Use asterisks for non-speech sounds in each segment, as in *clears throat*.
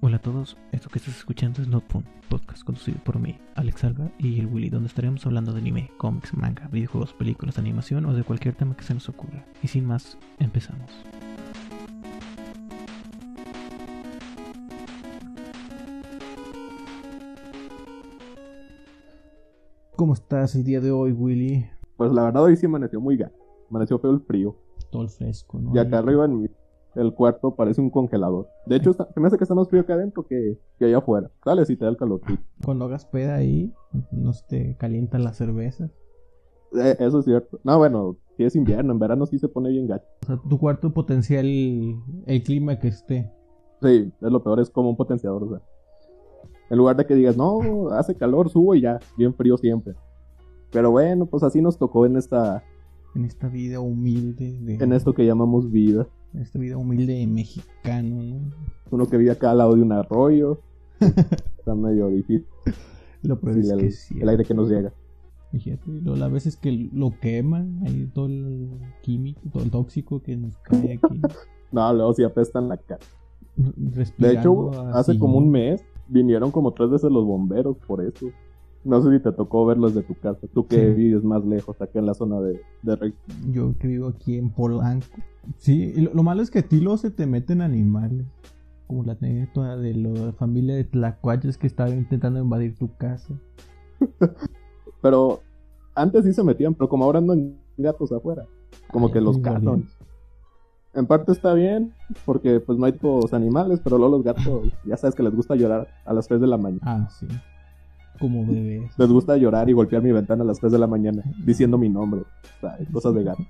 Hola a todos, esto que estás escuchando es Notpun, podcast conducido por mí, Alex Alba y el Willy, donde estaremos hablando de anime, cómics, manga, videojuegos, películas, animación o de cualquier tema que se nos ocurra. Y sin más, empezamos. ¿Cómo estás el día de hoy, Willy? Pues la verdad hoy sí amaneció muy gato. Amaneció feo el frío. Todo el fresco, ¿no? Y acá arriba en mi- el cuarto parece un congelador. De hecho, está- se me hace que está más frío acá adentro que, que allá afuera. Dale si te da el calor. sí. Cuando hagas peda ahí, no se te calientan las cervezas. Eh, eso es cierto. No, bueno, si es invierno, en verano sí se pone bien gacho. O sea, tu cuarto potencial, el clima que esté. Sí, es lo peor, es como un potenciador. O sea. En lugar de que digas, no, hace calor, subo y ya, bien frío siempre. Pero bueno, pues así nos tocó en esta, En esta vida humilde de... en esto que llamamos vida. en esta vida humilde de mexicano, ¿no? Uno que vive acá al lado de un arroyo. está medio difícil Lo peor es el, que sí. el aire que nos llega. Fíjate, lo, la vez es que lo queman, ahí todo el químico, todo el tóxico que nos cae *laughs* aquí. No, luego sí apestan la cara. De respirando hecho, hace así. como un mes vinieron como tres veces los bomberos por eso. No sé si te tocó verlos de tu casa, tú que Sí. vives más lejos, acá en la zona de, de Rey- Yo que vivo aquí en Polanco. Sí, y lo, lo malo es que a ti luego se te meten animales. Como la anécdota de lo- la familia de tlacuaches que estaba intentando invadir tu casa. Pero antes sí se metían, pero como ahora andan gatos afuera, como Ay, que los muy cazan. valiente. En parte está bien, porque pues no hay todos animales, pero luego *laughs* los gatos, ya sabes que les gusta llorar a las 3 de la mañana. Ah, sí. Como bebés. Les gusta llorar y golpear mi ventana a las 3 de la mañana, diciendo mi nombre. O sea, *laughs* cosas de gato.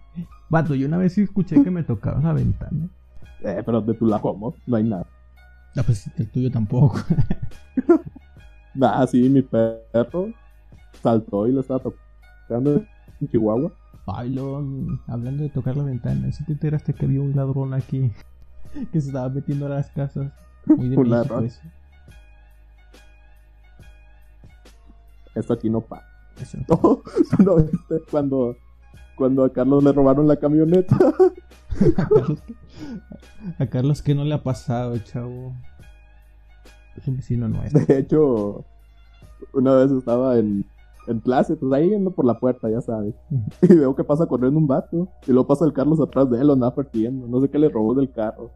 Vato, yo una vez sí escuché que me tocaba la ventana. Eh, pero de tu lado, ¿no? No hay nada. Ah, pues el tuyo tampoco. *laughs* Ah, sí, mi perro saltó y lo estaba tocando en Chihuahua. Ay, lo, hablando de tocar la ventana, si te enteraste que había un ladrón aquí *laughs* que se estaba metiendo a las casas. Muy pues, de *laughs* México Un ladrón. eso. Esto aquí no pasa. Eso. *laughs* No, *laughs* ¿no viste cuando, cuando a Carlos le robaron la camioneta? *laughs* A Carlos, a Carlos que no le ha pasado, chavo. Es un vecino nuestro. De hecho, una vez estaba en, en clase, pues ahí yendo por la puerta, ya sabes. Y veo que pasa corriendo un vato. Y luego pasa el Carlos atrás de él, lo andaba persiguiendo. No sé qué le robó del carro.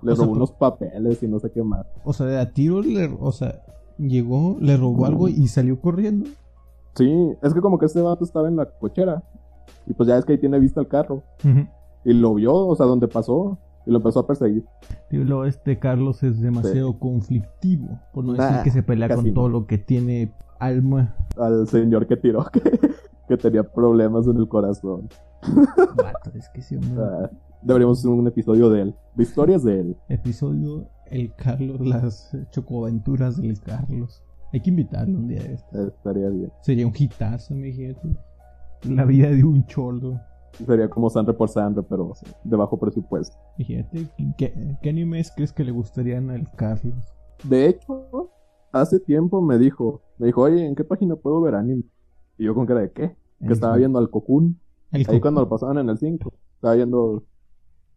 Le O sea, robó tú- unos papeles y no sé qué más. O sea, de a tiro, le, o sea, llegó, le robó algo y salió corriendo. Sí, es que como que este vato estaba en la cochera. Y pues ya es que ahí tiene vista el carro. Y lo vio, o sea, donde pasó. Y lo empezó a perseguir. Tío, luego este Carlos es demasiado conflictivo, por no decir Nah, que se pelea Ah, casi con no. todo lo que tiene *laughs* alma. Al señor que tiró, *laughs* que, que tenía problemas en el corazón. Vato, es que sí, O hombre. sea, deberíamos hacer un episodio de él. De historias de él. Episodio El Carlos, las chocoaventuras del Carlos. Hay que invitarlo un día de esto. Estaría bien. Sería un hitazo, mi gente. La vida de un cholo. Sería como Sandra por Sandra, pero de bajo presupuesto. Fíjate, ¿qué, qué animes crees que le gustarían al Carlos? De hecho, hace tiempo me dijo, me dijo, oye, ¿en qué página puedo ver anime? Y yo con cara de qué? Que estaba viendo al Cocoon. El Ahí co- cuando lo pasaban en el 5. Estaba viendo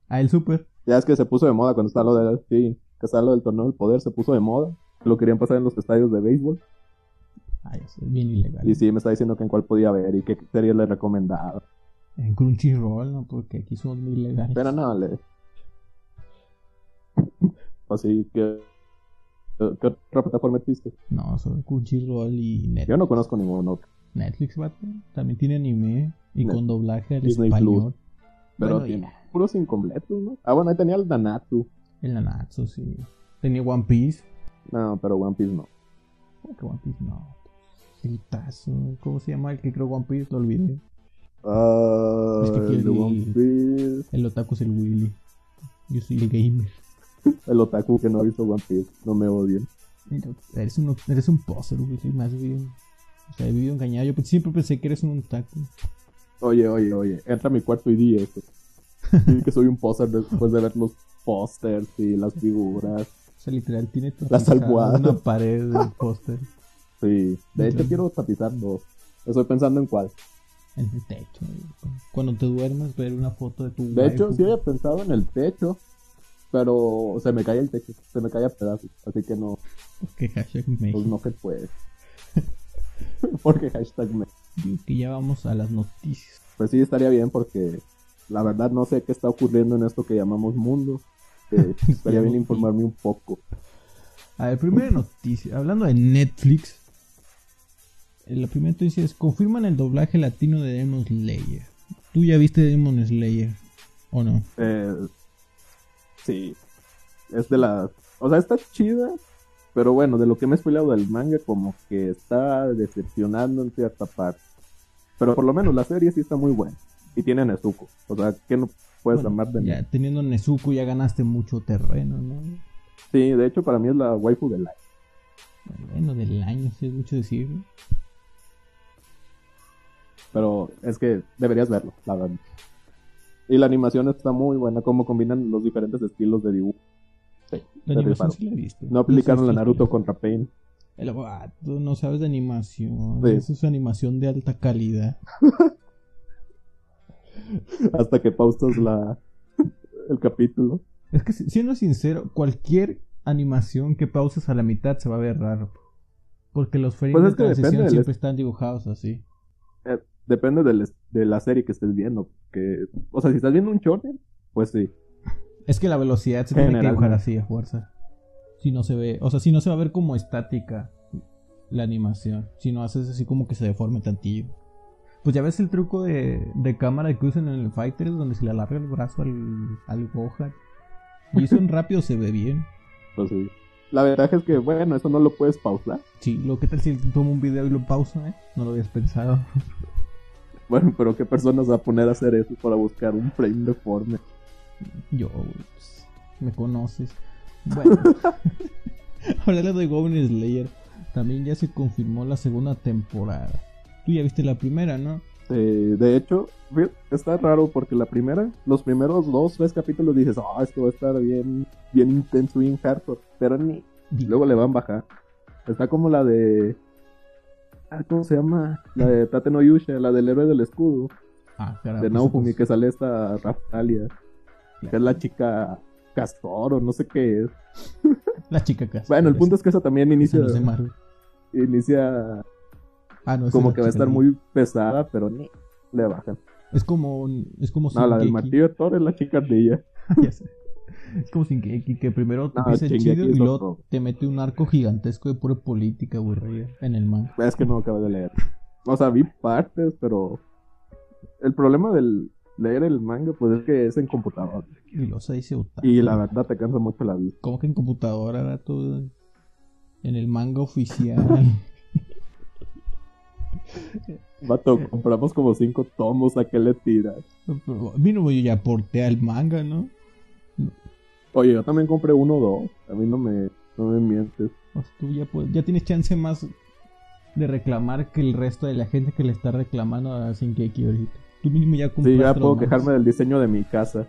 Ah, el super. Ya es que se puso de moda cuando estaba lo del, sí, que estaba lo del torneo del poder, se puso de moda. Lo querían pasar en los estadios de béisbol. Ah, eso es bien ilegal. Y sí, me está diciendo que en cuál podía ver y qué serie le recomendaba. En Crunchyroll, ¿no? Porque aquí somos muy legales. Pero no, le... *laughs* Así que... ¿Qué otra plataforma existe? No, solo Crunchyroll y Net- Yo no conozco ningún otro. Netflix, vato. También tiene anime y Net- con doblaje al Disney español. Pero Bueno, tiene ya. puros incompletos, ¿no? Ah, bueno, ahí tenía el Danatsu. El Nanatsu, sí. Tenía One Piece. No, pero One Piece no. ¿Cómo que One Piece? No. Hitazo. ¿Cómo se llama el que creo One Piece? Lo olvidé. Ah, Es que aquí el de el- One Piece. El otaku es el Willy. Yo soy el gamer. El otaku que no ha visto One Piece. No me odien. Mira, Eres un, eres un poser, güey. sí, Más bien. O sea, he vivido engañado. Yo pe- siempre pensé que eres un otaku. Oye, oye, oye, entra a mi cuarto y *laughs* di eso. Dí que soy un póster después de ver los pósters y las figuras. O sea, literal, tiene todo. Las almohadas. Una pared del póster Sí, de hecho Ujú. quiero tapizar dos. Estoy pensando en cuál. en el techo. güey. Cuando te duermes, ver una foto de tu. De hecho, waifu. sí había pensado en el techo, Pero se me cae el techo, se me cae a pedazos. Así que no, Porque hashtag pues México. no se puede. *laughs* porque hashtag me. Digo que ya vamos a las noticias. Pues sí, estaría bien porque la verdad no sé qué está ocurriendo en esto que llamamos mundo. Eh, estaría bien informarme un poco. A ver, primera noticia. Hablando de Netflix. eh, La primera noticia es: confirman el doblaje latino de Demon Slayer. ¿Tú ya viste Demon Slayer? ¿O no? Eh, sí, es de la... O sea, está chida, pero bueno, de lo que me he spoilado del manga, como que está decepcionando en cierta parte. Pero por lo menos la serie sí está muy buena. Y tiene a Nezuko. O sea, ¿qué no puedes Bueno, amar de ya teniendo Nezuko ya ganaste mucho terreno, ¿no? Sí, de hecho, para mí es la waifu del año. Bueno, del año, sí es mucho decir. ¿no? Pero es que deberías verlo, la verdad. Y la animación está muy buena, como combinan los diferentes estilos de dibujo. Sí, La se animación rifaron. sí la viste. No aplicaron la sí, sí, Naruto sí. contra Pain. El vato, no sabes de animación. Sí. Eso es animación de alta calidad. Hasta que pausas la... *laughs* el capítulo. Es que si- siendo sincero, cualquier animación que pauses a la mitad se va a ver raro. Porque los frames Pues de es que transición depende del siempre están dibujados así. Depende del es- de la serie que estés viendo. Que, o sea, si estás viendo un shonen, pues sí. Es que la velocidad se tiene que Generalmente. dibujar así a fuerza. Si no se ve, o sea, si no se va a ver como estática la animación. Si no haces así como que se deforme tantillo. Pues ya ves el truco de, de cámara que usan en el Fighter donde se le alarga el brazo al, al Gohan. Y *laughs* eso en rápido se ve bien. Pues sí. La ventaja es que, bueno, eso no lo puedes pausar. *laughs* Sí, lo que tal si tomo un video y lo pausa, eh? No lo habías pensado. Bueno, pero ¿qué personas va a poner a hacer eso para buscar un frame deforme? Yo, güey, pues, me conoces. *laughs* Bueno, hablando de Goblin Slayer, también ya se confirmó la segunda temporada. Tú ya viste la primera, ¿no? Eh, de hecho, fí- está raro porque la primera, los primeros dos, tres capítulos dices, ah, esto va a estar bien, bien intenso, bien hardcore. Pero ni. Di- y Luego le van a bajar. Está como la de. ah, ¿Cómo se llama? La de Tate no Yusha, la del héroe del escudo. ah, carajo. de Naofumi, que pues, sale esta Raftalia. Que es la chica Castor o no sé qué es. La chica casi. Bueno, el punto es que esa también inicia, No es de Marvel. inicia Ah, no, esa es como la que va a chica estar de- muy pesada, pero ni le bajan. Es como. Es como. No, la del Shingeki. martillo de Thor es la chica ardilla. *laughs* Ya sé. Es como sin que, que primero te No, empieza Shingeki chido y es luego otro. te mete un arco gigantesco de pura política, güey, en el manga. Es que no acabo de leer. O sea, vi partes, pero el problema del leer el manga, pues es que es en computadora. Y luego se dice otaku. Y la verdad te cansa mucho la vista. ¿Cómo que en computadora era todo? En el manga oficial. *laughs* *laughs* Vato, compramos como cinco tomos, ¿a qué le tiras? Pero, Mínimo yo ya aporté al manga, ¿no? Oye, yo también compré uno o dos. A mí no me, no me mientes. O sea, tú ya, puedes- ya tienes chance más de reclamar que el resto de la gente que le está reclamando a Shinkeki ahorita. Tú mínimo ya Sí, cumpliste ya los puedo mangas. quejarme del diseño de mi casa.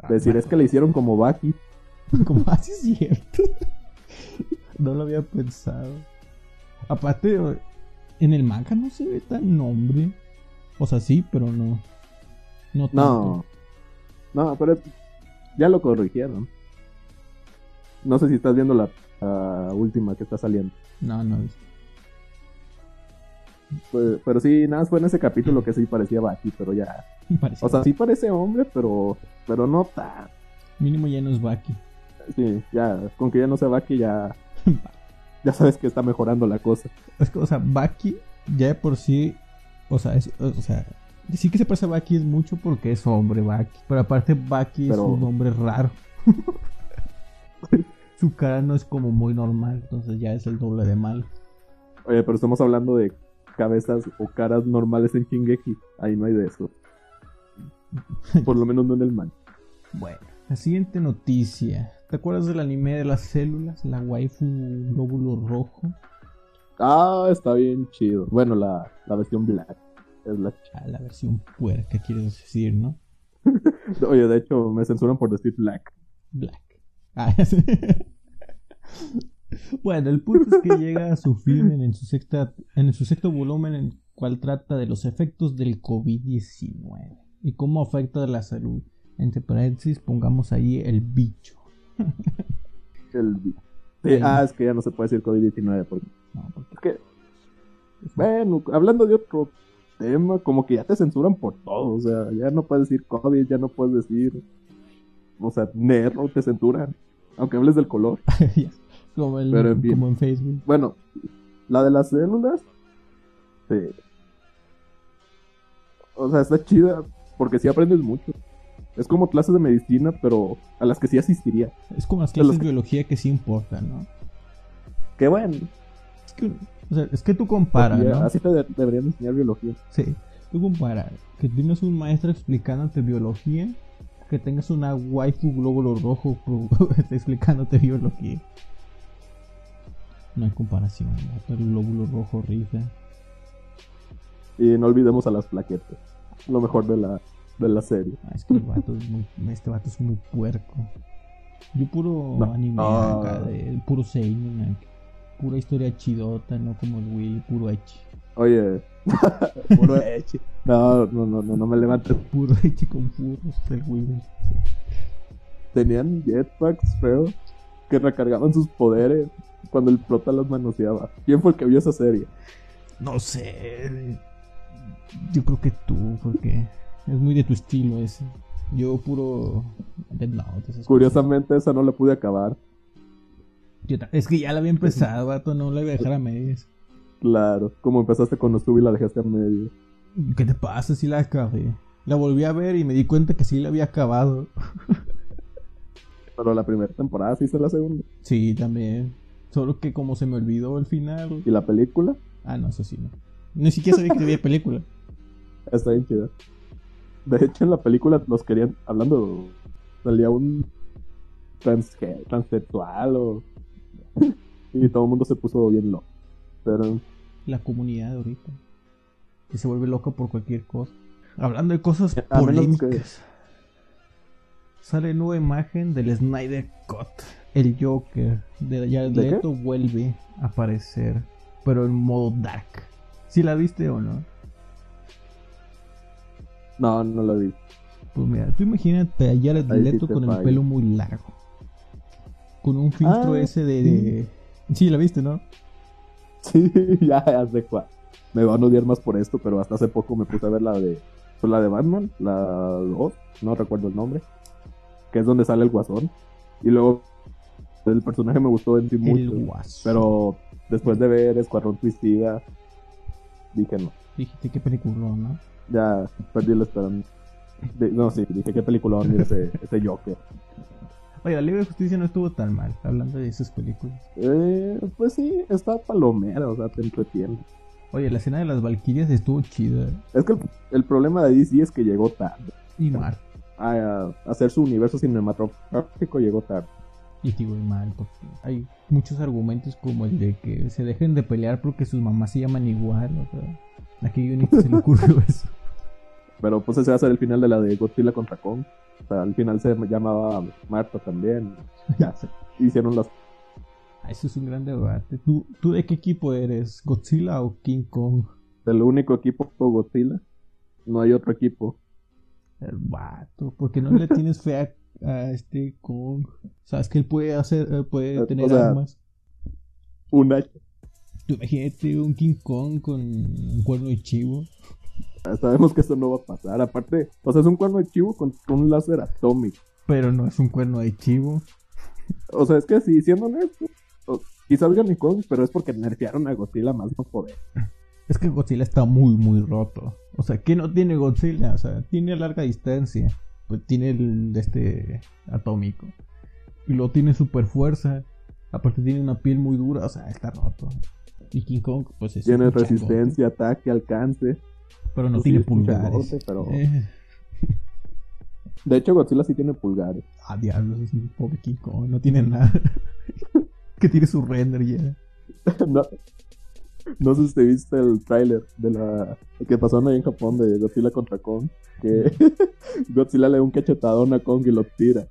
Ah, Decir, ma- *laughs* es que le hicieron como Baki. Como así es cierto. *laughs* no lo había pensado. Aparte, o- en el manga no se ve tan nombre. O sea, sí, pero no. No tanto. No. No, pero es- ya lo corrigieron. No sé si estás viendo la, la última que está saliendo. No, no. Pues- pero sí, nada, más fue en ese capítulo que sí parecía Baki, pero ya. Parece O sea, sí parece hombre, pero pero no tan. Mínimo ya no es Baki. Sí, ya, con que ya no sea Baki, ya, ya sabes que está mejorando la cosa. Es que, o sea, Baki ya de por sí. O sea, es, o sea, sí que se parece a Baki es mucho porque es hombre Baki. Pero aparte, Baki Pero- es un hombre raro. *laughs* Su cara no es como muy normal. Entonces ya es el doble de mal. Oye, pero estamos hablando de cabezas o caras normales en Shingeki. Ahí no hay de eso. Por lo menos no en el man. Bueno, la siguiente noticia. ¿Te acuerdas del anime de las células? La waifu glóbulo rojo. Ah, está bien chido. Bueno, la, la versión black. Es la Ah, la versión puerca, quieres decir, ¿no? ch- Oye, de hecho, me censuran por decir black. Black. *laughs* Ah, sí. bueno, el punto es que llega a su fin en, su sexta, en su sexto volumen, en el cual trata de los efectos del COVID-19 y cómo afecta a la salud. Entre paréntesis, pongamos ahí el bicho. El... Sí, ah, es que ya no se puede decir COVID-19 porque... No, porque Es que, bueno, hablando de otro tema, como que ya te censuran por todo. O sea, ya no puedes decir COVID, ya no puedes decir. O sea, negro, te censuran. Aunque hables del color. *laughs* ya, como, el- Pero en fin. como en Facebook. Bueno, la de las células. sí. O sea, está chida porque sí aprendes mucho. Es como clases de medicina, pero a las que sí asistiría. Es como las De los clases de que- biología que sí importan, ¿no? Qué bueno. Es que, o sea, es que tú comparas, porque ¿no? Así te de- deberían enseñar biología. Sí. Tú comparas que tienes un maestro explicándote biología, que tengas una waifu glóbulo rojo *laughs* pro- explicándote biología. No hay comparación, ¿no? Pero el glóbulo rojo rifa. Y no olvidemos a las plaquetas. Lo mejor de la, de la serie. Ah, es que el vato es muy- este vato es muy puerco. Yo puro No. anime Ah. acá, de- puro seinen, acá. pura historia chidota, no como el Wii, puro echi. Oye, puro eche. *laughs* No, no, no, no, no me levantes. Puro echi con puros del Wii. Tenían jetpacks, creo, que recargaban sus poderes cuando el prota los manoseaba. ¿Quién fue el que vio esa serie? No sé. Yo creo que tú, porque es muy de tu estilo ese. Yo puro Dead Note, esas Curiosamente, esa no la pude acabar. cosas. Yo ta- es que ya la había empezado, vato, no la iba a dejar a medias. Claro, como empezaste con los y la dejaste a medio. ¿Qué te pasa si la acabé? La volví a ver y me di cuenta que sí la había acabado. Pero la primera temporada sí hice la segunda. Sí, también. Solo que como se me olvidó el final. Y la película Ah, no, eso sí, no. Ni siquiera sabía que había película. está bien chida. De hecho, en la película los querían, hablando, salía un transge- transexual o... *laughs* y todo el mundo se puso bien loco. Pero La comunidad de ahorita. Que se vuelve loca por cualquier cosa. Hablando de cosas A menos que- polémicas. Sale nueva imagen del Snyder Cut. El Joker de Jared ¿De qué? Leto vuelve a aparecer. Pero en modo dark. ¿Sí la viste o no? no, no la vi. Pues mira, tú imagínate a Jared Ahí sí Leto te con el fallo. pelo muy largo. Con un filtro Ah, ese de, de- Sí, la viste, ¿no? Sí, *laughs* ya, ya sé cuál. Me van a odiar más por esto, pero hasta hace poco me puse a ver la de pues, la de Batman, la 2, no recuerdo el nombre, que es donde sale el guasón. Y luego el personaje me gustó en sí el mucho, guaso. pero después de ver Escuadrón Suicida, dije no, Dijiste qué película, ¿no? ya perdí la esperanza. De- no, sí, dije qué película ese, ese Joker. Oye, la Liga de Justicia no estuvo tan mal, hablando de esas películas. Eh, pues sí, está palomera, o sea, te entretiene. Oye, la escena de las Valquirias estuvo chida. Es que el, el problema de DC es que llegó tarde. Y mal. a hacer su universo cinematográfico llegó tarde. Y digo, y mal, porque hay muchos argumentos como el de que se dejen de pelear porque sus mamás se llaman igual, o sea. ¿A qué guionista se le ocurrió *laughs* eso? Pero pues ese va a ser el final de la de Godzilla contra Kong. O sea, al final se llamaba Marta también. Ya, se- hicieron las... Ah, Eso es un gran debate. ¿Tú, ¿Tú de qué equipo eres? ¿Godzilla o King Kong? El único equipo fue Godzilla. No hay otro equipo. El vato, porque no le tienes fe a, a este Kong. Sabes que él puede hacer, eh, puede O tener sea- armas. Un hacha. Tú imagínate un King Kong con un cuerno de chivo. Sabemos que eso no va a pasar. Aparte, o sea, es un cuerno de chivo contra un láser atómico. Pero no es un cuerno de chivo. O sea, es que sí, siendo honesto, o- quizás gane Kong, pero es porque nerfearon a Godzilla más no poder. Es que Godzilla está muy, muy roto. O sea, ¿qué no tiene Godzilla? O sea, tiene larga distancia. Pues tiene el de este atómico. Y luego tiene super fuerza. Aparte tiene una piel muy dura. O sea, está roto. Y King Kong, pues es. Tiene un changote, resistencia, ataque, alcance. Pero no Pues sí, tiene es un changote, pulgares. pero- Eh. De hecho, Godzilla sí tiene pulgares. Ah, diablos, es un pobre King Kong, no tiene nada. *laughs* que tiene su render ya. *laughs* No, no sé si te viste el tráiler de la que pasaron ahí en Japón de Godzilla contra Kong, que *laughs* Godzilla le da un cachetadón a Kong y lo tira.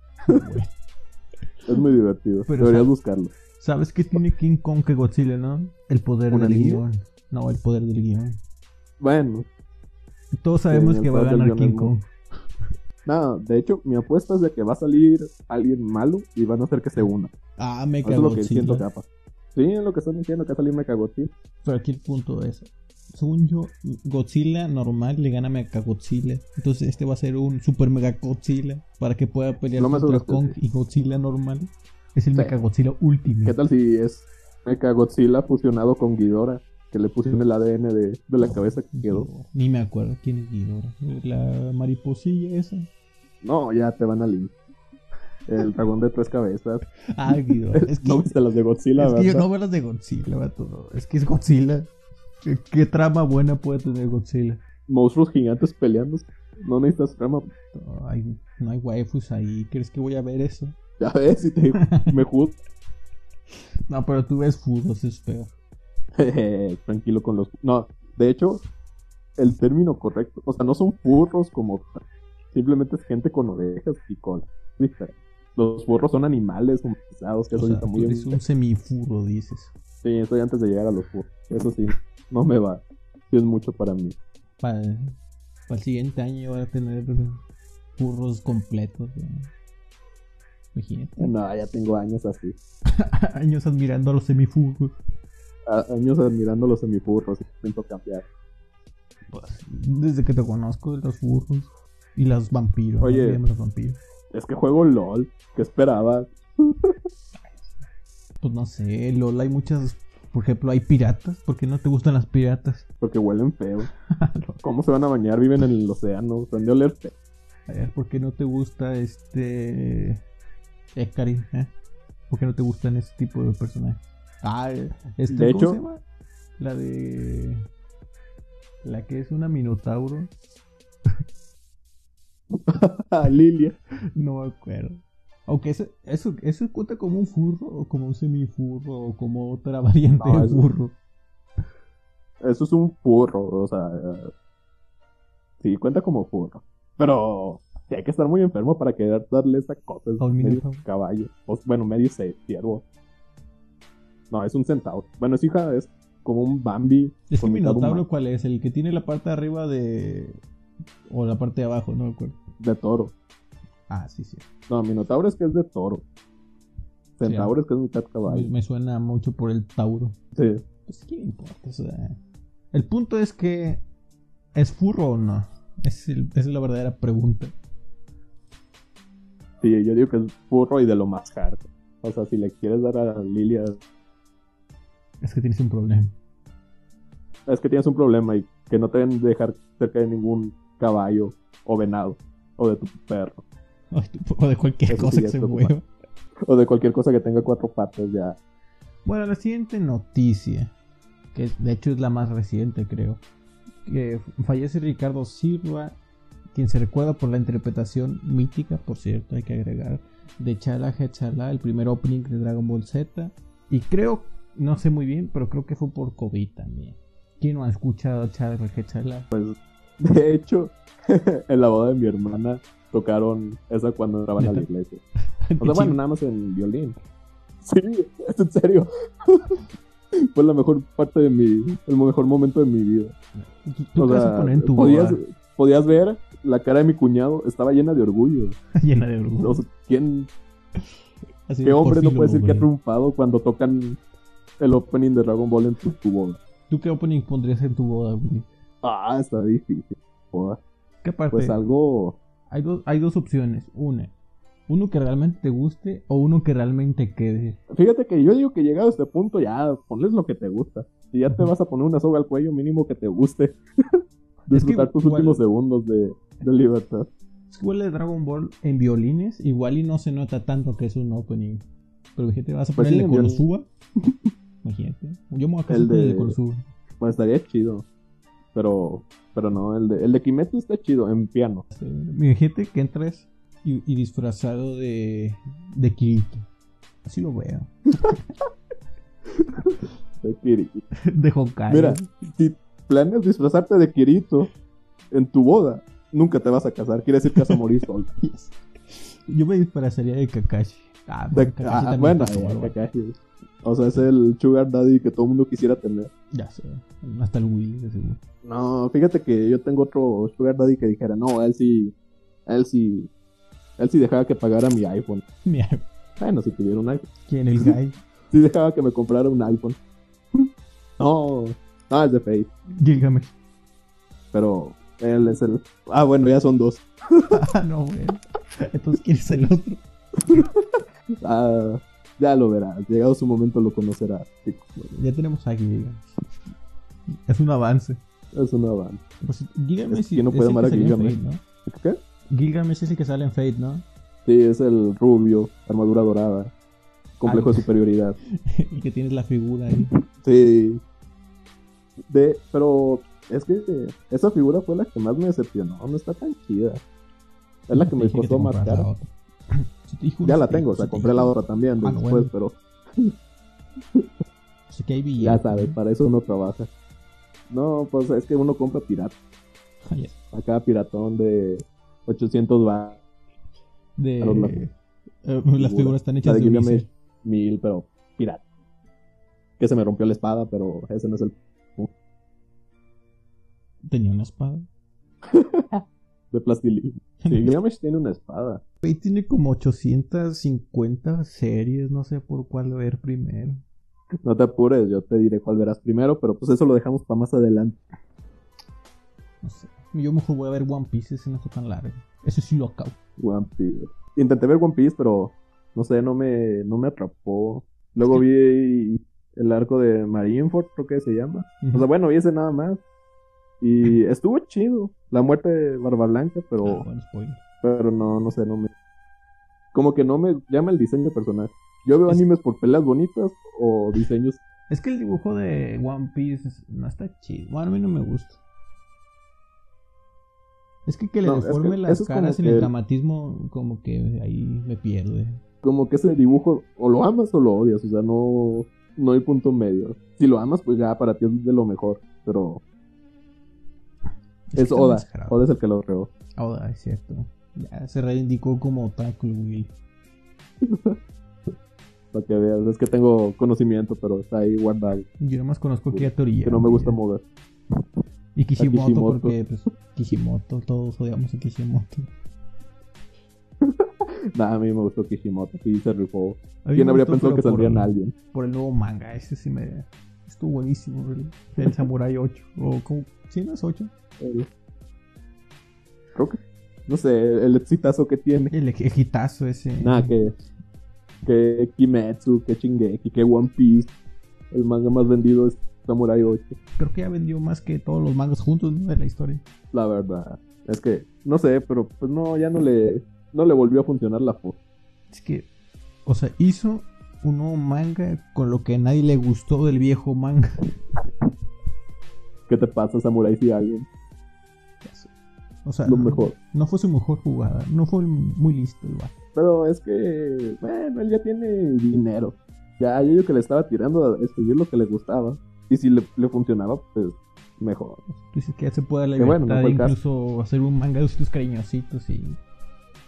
Es muy divertido. Pero, Deberías o sea, buscarlo. ¿Sabes qué tiene King Kong que Godzilla, no? El poder ¿Una del niña? guión. No, el poder del guión. Bueno, Todos sabemos el que va a poder del ganar guión King es Kong. Nada, de hecho, mi apuesta es de que va a salir alguien malo y van a hacer que se una. Ah, Eso es lo que Mechagodzilla. siento que va a pasar. Sí, es lo que están diciendo, que va a salir Mechagodzilla. Pero aquí el punto es, según yo, Godzilla normal le gana a Mega Godzilla. Entonces este va a ser un Super Mega Godzilla para que pueda pelear Lo más contra seguro es Kong que y Godzilla normal. Es el Sí. Mega Godzilla Ultimate. ¿Qué tal si es Mechagodzilla fusionado con Ghidorah? Que le pusieron el ADN de, de la cabeza que quedó. Ghidorah. Ni me acuerdo quién es Ghidorah. La mariposilla esa. No, ya te van a link. El dragón de tres cabezas. *laughs* Ah, Ghidorah. *laughs* Es que, No viste las de Godzilla, es que yo ¿verdad? no veo las de Godzilla, vato. Es que es Godzilla. ¿Qué, qué trama buena puede tener Godzilla? Monstruos gigantes peleando. No necesitas trama. No hay- no hay waifus ahí. ¿Crees que voy a ver eso? Ya ves, *laughs* si te me juzgo. *laughs* No, pero tú ves fútbol, eso es peor. Tranquilo con los. No, de hecho, el término correcto. O sea, no son burros como. tal, Simplemente es gente con orejas y cola. Diferente. Los burros son animales humanizados, que O eso sea, está tú muy eres un semifurro, dices. Sí, estoy antes de llegar a los burros. Eso sí, no me va. Sí es mucho para mí. Para, para el siguiente año van a tener furros completos. ¿no? Imagínate. *laughs* No, ya tengo años así. Años admirando a los semifurros. A- años admirando los semifurros. Intento cambiar. Pues, Desde que te conozco, de los furros. Y los vampiros. Oye. ¿no? Llaman los vampiros. Es que juego LOL. ¿Qué esperabas? Pues no sé, LOL hay muchas. Por ejemplo, hay piratas. ¿Por qué no te gustan las piratas? Porque huelen *laughs* feo. ¿Cómo se van a bañar? Viven en el océano. Son de oler feo. A ver, ¿por qué no te gusta este. Escarin? ¿eh? ¿Por qué no te gustan ese tipo de personajes? Ah, *laughs* este, De ¿cómo hecho- se llama? La de. La que es una Minotauro. Ah, Lilia. No me acuerdo. Aunque eso, eso, eso cuenta como un furro, o como un semifurro, o como otra *laughs* variante No, de eso- furro. Eso es un furro, o sea. eh, Sí, cuenta como furro. Pero sí, hay que estar muy enfermo para querer darle esa cosa. Es A un medio minotauro. caballo. O, bueno, medio se- ciervo. No, es un centauro. Bueno, es hija, es como un Bambi. ¿Es que con mitad Minotauro humano, cuál es? El que tiene la parte de arriba de. O la parte de abajo, no me acuerdo. De toro. Ah, sí, sí. No, minotauro es que es de toro. Centauro es que es mitad Me, caballo. me suena mucho por el Tauro. Sí. Pues qué me importa, o sea, El punto es que. ¿Es furro o no? Es el- esa es la verdadera pregunta. Sí, yo digo que es furro y de lo más hard. O sea, si le quieres dar a Lilia. Es que tienes un problema. *laughs* Es que tienes un problema y que no te deben dejar cerca de ningún caballo o venado o de tu perro. O, o de cualquier Eso sí cosa ya que es se preocupante. mueva. O de cualquier cosa que tenga cuatro patas ya. *laughs* Bueno, la siguiente noticia. Que es- de hecho es la más reciente, creo. Que fallece Ricardo Silva. Quien se recuerda por la interpretación mítica, por cierto, hay que agregar. De Chala Hechala, el primer opening de Dragon Ball Z. Y creo, no sé muy bien, pero creo que fue por COVID también. ¿Quién no ha escuchado Chala Hechala? De hecho, *laughs* en la boda de mi hermana tocaron esa cuando entraban a la ¿Neta? iglesia. *laughs* O sea, bueno, nada más en violín. Sí, *laughs* es en serio. *laughs* Fue la mejor parte de mi, el mejor momento de mi vida. ¿Tú, tú O qué vas a sea, poner en tu podías, boda? *laughs* podías ver la cara de mi cuñado, estaba llena de orgullo. llena de *laughs* O orgullo. sea, ¿quién, Así ¿Qué de, hombre por no fin lo puede decir que ha logré. triunfado cuando tocan el opening de Dragon Ball en tu, tu boda? ¿Tú qué opening pondrías en tu boda, güey? Ah, está difícil. Boda. ¿Qué parte? Pues algo Hay dos, hay dos opciones. Una, uno que realmente te guste o uno que realmente quede. Fíjate que yo digo que llegado a este punto ya ponles lo que te gusta. Si ya te Ujú. vas a poner una soga al cuello, mínimo que te guste. Disfrutar tus igual- últimos segundos de, de libertad. Es igual de Dragon Ball en violines, igual y no se nota tanto que es un opening. Pero fíjate, vas a Pues ponerle sí, en con violín. suba. *laughs* Imagínate. Yo me voy a casar El con el de- de Konosuba. Bueno, Pues estaría chido. Pero pero no, el de, el de Kimetsu está chido en piano. Este, Imagínate que entres y, y disfrazado de, de Kirito. Así lo veo. *laughs* de Kirito. De Hokage. Mira, si planeas disfrazarte de Kirito en tu boda, nunca te vas a casar. Quiere decir que vas a *laughs* morir solo. Yo me disfrazaría de Kakashi. Ah, *laughs* De- Kakashi ah, también bueno, está ya, bárbaro. Kakashi. o sea, es el sugar daddy que todo el mundo quisiera tener. Ya sé. Hasta el Woody, de seguro. *laughs* No, fíjate que yo tengo otro Sugar Daddy que dijera, no, él sí Él sí. Él sí dejaba que pagara mi iPhone. Mira, Bueno, si tuviera un iPhone. ¿quién el guy? Sí dejaba que me comprara un iPhone. *laughs* No, no es de Face. Gilgamesh. *laughs* Pero él es el. Ah, bueno, ya son dos. Ah, no, güey. Entonces, ¿quién es el otro? Ah, ya lo verás. Llegado su momento lo conocerás, chicos. Ya tenemos a Gilgamesh. Es un avance. Es una banda. Pues Gilgamesh Es que no es puede el amar a salió en Gilgamesh. Fate, ¿Qué? ¿no? Gilgamesh es el que sale en Fate, ¿no? *laughs* Sí, es el rubio, armadura dorada, complejo Ah. de superioridad. y que tienes la figura ahí. Sí. De, pero es que eh, esa figura fue la que más me decepcionó. No está tan chida. Es la que me Dije te costó más compraras cara. la otra. *clears throat* Si te dijo, Ya si la te- tengo, o si sea, te compré la dijo. otra también Ah, no, bueno. después, pero O sea, que hay ya billetes, sabes, ¿no? para eso uno trabaja. No, pues es que uno compra pirata. *laughs* Ah, ya. Acá piratón de 800 va De, Claro, la- eh, las figuras están hechas La de de unicel. Gilgamesh, mil, pero pirata. Que se me rompió la espada, pero ese no es el Tenía una espada. de plastilina. *laughs* Sí, Gilgamesh tiene una espada. Fate tiene como 850 series, no sé por cuál ver primero. No te apures, yo te diré cuál verás primero, pero pues eso lo dejamos para más adelante. No sé. Yo mejor voy a ver One Piece, ese no está tan largo. Ese sí lo acabo. One Piece. Intenté ver One Piece, pero no sé, no me, no me atrapó. Luego vi el arco de Marineford, creo que se llama. Ah, O sea, bueno, vi ese nada más. Y estuvo chido. La muerte de Barba Blanca, pero, Ah, bueno, spoiler. pero no, no sé, no me. Como que no me llama el diseño personal. Yo veo Es- animes por peleas bonitas o diseños. Es que el dibujo de One Piece no está chido. Bueno, a mí no me gusta. Es que que le No, es deforme que las eso es como caras en que el el- dramatismo, como que ahí me pierde. como que ese dibujo o lo amas o lo odias, o sea, no, no hay punto medio. Si lo amas, pues ya para ti es de lo mejor, pero que es está Oda. exagerado. Oda es el que lo creó. Oda, es cierto. Ya se reivindicó como otaku, güey. Para que veas, es que tengo conocimiento, pero está ahí guardado, Yo nomás conozco a Akira Toriyama. que no me gusta ya. mover. Y Kishimoto, Kishimoto. porque pues, Kishimoto, todos odiamos a Kishimoto. Nada, a mí me gustó Kishimoto, sí se rifó. A mí ¿Quién me habría gustó, pensado pero que saldría por, alguien? Por el nuevo manga, ese sí me... Estuvo buenísimo, güey. El Samurai 8. O como... ¿Sí no es 8? Eh, Creo que, no sé, el exitazo que tiene. El ejitazo ese. Nada, que, que Kimetsu, que Shingeki, que One Piece, el manga más vendido es Samurai 8. Creo que ya vendió más que todos los mangas juntos ¿no? de la historia. La verdad. Es que, no sé, pero pues no, ya no le, no le volvió a funcionar la foto. Es que... O sea, hizo un nuevo manga con lo que a nadie le gustó del viejo manga. ¿Qué te pasa, Samurai, si alguien? O sea, Lo no- mejor. No fue su mejor jugada. No fue muy listo el vato. Pero es que, bueno, él ya tiene dinero. Ya, yo digo que le estaba tirando a escribir lo que le gustaba. Y si le, le funcionaba, pues mejor. Tú dices que ya se puede dar la Que libertad bueno, no de fue el caso. incluso hacer un manga de sus cariñositos y,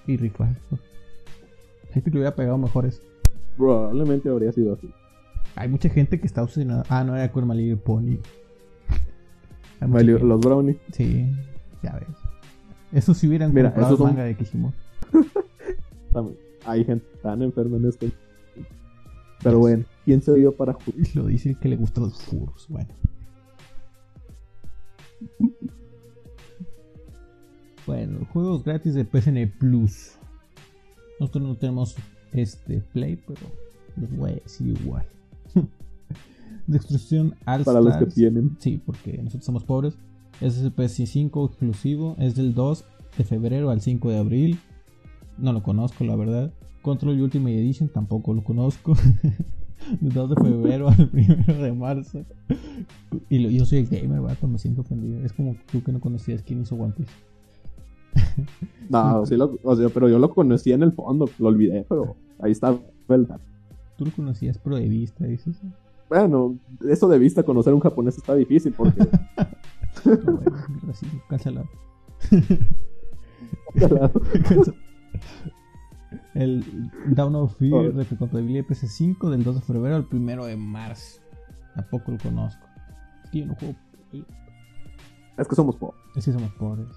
y rifar. Gente que le hubiera pegado mejor eso. Probablemente habría sido así. Hay mucha gente que está obsesionada. Ah, no era con My Little Pony. Hay mucha Valió- gente- Los brownies. Sí, ya ves. Eso si hubieran Mira, comprado esos el son- manga de Kishimoto. también. Hay gente tan enferma en esto. Pero bueno, ¿quién soy yo para juzgar? Lo dice el que le gustan los furros. Bueno. Bueno, juegos gratis de PSN Plus. Nosotros no tenemos este Play, pero los voy a decir igual. *laughs* Destrucción All Para los que Stars. tienen. Sí, porque nosotros somos pobres. Es el PS5 exclusivo. Es del 2 de febrero al 5 de abril. No lo conozco, la verdad. Control Ultimate Edition tampoco lo conozco. *laughs* del 2 de febrero al *laughs* 1 de marzo. Y lo- yo soy el gamer, vato. Me siento ofendido. Es como tú que no conocías quién hizo One Piece. No, sí lo- o sea, pero yo lo conocí en el fondo, lo olvidé, pero ahí está el dato. Tú lo conocías, pero de vista, dices. *laughs* Bueno, eso de vista, conocer a un japonés está difícil porque *laughs* No, bueno, así, cancelado. Cancelado. *laughs* El Down of Oh. Fear, recontabilidad de PS5 del 2 de febrero al 1 de marzo. Tampoco lo conozco. Es que yo no juego. Play. es que somos pobres. Es que somos pobres.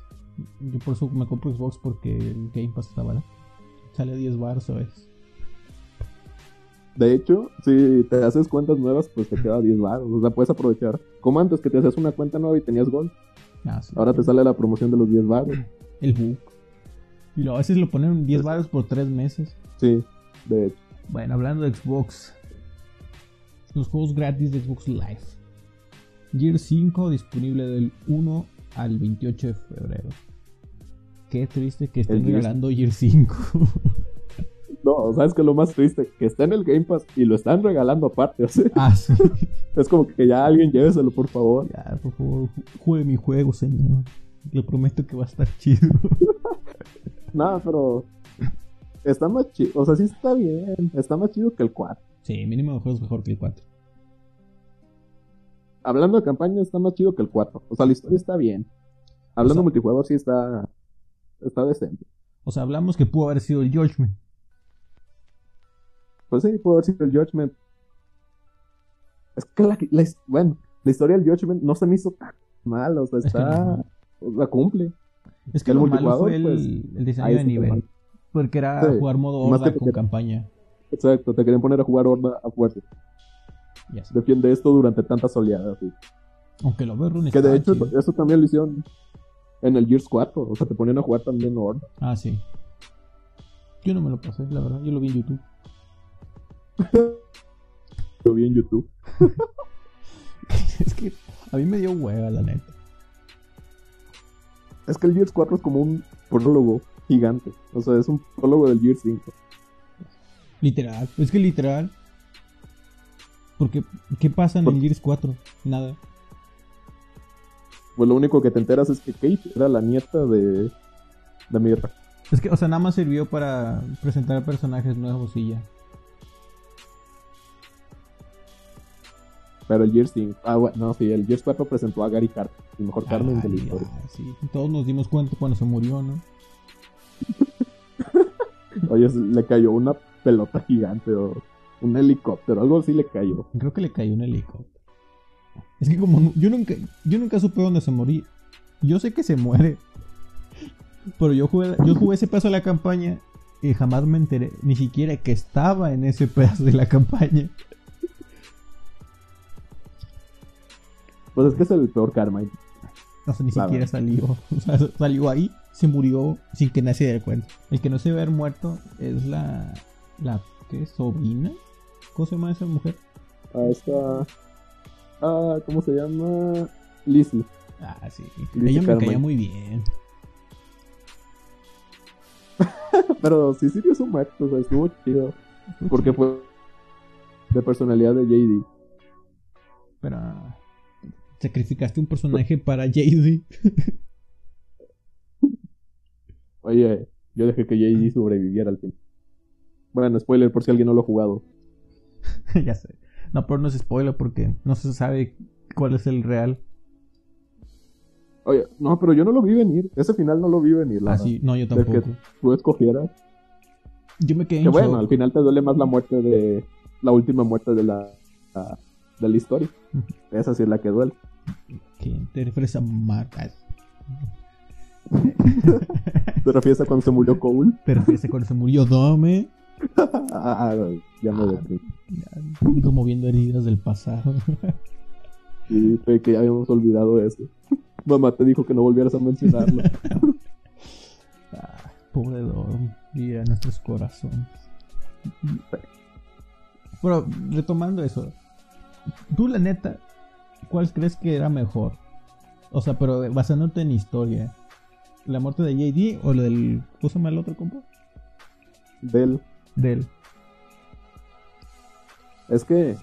Yo por eso me compro Xbox porque el Game Pass está barato. Sale a 10 bars a veces. De hecho, si te haces cuentas nuevas, pues te queda 10 baros. O sea, puedes aprovechar. Como antes que te hacías una cuenta nueva y tenías gol. Ah, sí. Ahora te sale la promoción de los 10 baros. El book. Y luego a veces lo ponen 10 baros por 3 meses. Sí, de hecho. Bueno, hablando de Xbox. Los juegos gratis de Xbox Live. Gear 5 disponible del 1 al 28 de febrero. Qué triste que estén El Gears- regalando Gear *laughs* 5. No, ¿sabes que Lo más triste, que está en el Game Pass y lo están regalando aparte. O sea, ah, sí. es como que ya alguien lléveselo, por favor. Ya, por favor, ju- juegue mi juego, señor. Le prometo que va a estar chido. Nada, pero. Está más chido. O sea, sí está bien. Está más chido que el 4. Sí, mínimo de juegos mejor que el 4. Hablando de campaña, está más chido que el 4. O sea, la historia está bien. Hablando O sea- de multijugador, sí está. Está decente. O sea, hablamos que pudo haber sido el Judgment. Pues sí, puedo decir el Judgment. Es que la, la his- bueno, la historia del Judgment no se me hizo tan mal, o sea, Es que *laughs* está, no. o sea, cumple. Es que El lo malo multijugador, fue el, pues, el ahí diseño de sí te nivel. mal. Porque era Sí, jugar modo más horda que- con campaña. Exacto, te querían poner a jugar horda a fuerza. Ya sé. Defiende esto durante tantas oleadas. sí. Aunque lo veo run Que de hecho, chido. eso también lo hicieron en el Gears 4, o sea, te ponían a jugar también horda. Ah, sí. Yo no me lo pasé, la verdad. Yo lo vi en YouTube. *laughs* Lo vi en YouTube. es que a mí me dio hueva, la neta. Es que el Gears 4 es como un prólogo gigante, o sea, es un prólogo del Gears 5. Literal. Es que literal. Porque, ¿qué pasa en Por- el Gears 4? Nada. Pues lo único que te enteras es que Kate era la nieta de, de Mirra. Es que, o sea, nada más sirvió para presentar personajes nuevos y ya. Pero el Gears 5. Ah, bueno, no, sí, el Gears 4 presentó a Gary Carter, el mejor Carmen de la Ay, historia. ay, sí. Todos nos dimos cuenta cuando se murió, ¿no? Oye, se- le cayó una pelota gigante o un helicóptero, algo así le cayó. Creo que le cayó un helicóptero. Es que como nu- yo nunca, yo nunca supe dónde se moría. Yo sé que se muere. Pero yo jugué, yo jugué ese pedazo de la campaña y jamás me enteré, ni siquiera que estaba en ese pedazo de la campaña. Pues es que es el peor Carmine. O sea, ni Claro. siquiera salió. O sea, salió ahí, se murió sin que nadie se diera cuenta. El que no se ve haber muerto es la. la ¿qué? sobrina. ¿Cómo se llama esa mujer? A esta. Ah, ¿cómo se llama? Lizzie. Ah, sí. Dice Ella me caía Carmen. muy bien. Pero sí sirvió su muerto, o sea, estuvo chido. Porque fue de personalidad de JD. Pero. Sacrificaste un personaje para Jay-Z. Oye, yo dejé que JD sobreviviera al tiempo. Bueno, spoiler por si alguien no lo ha jugado. *laughs* ya sé. No, pero no es spoiler porque no se sabe cuál es el real. Oye, no, pero yo no lo vi venir. Ese final no lo vi venir, la Así, Ah, no, yo verdad. tampoco. Del que tú escogieras. Yo me quedé en Que bueno, al shock. final te duele más la muerte de. La última muerte de la. la- de la historia. Ujú. Esa sí es la que duele. Que te refieres a Mark. Ah, ¿Te refieres a cuando se murió Cole? *laughs* Te refieres a cuando se murió Dome. Ah, ya me deprimí. Como viendo heridas del pasado. Sí, creí que ya habíamos olvidado eso. *laughs* Mamá te dijo que no volvieras a mencionarlo. Ah, pobre Dom, ir a nuestros corazones. Pero retomando eso, tú la neta, ¿cuál crees que era mejor? O sea, pero de- basándote en historia, ¿la muerte de JD o la del. ¿Cómo se llama el otro compa? Del. Del. Es que.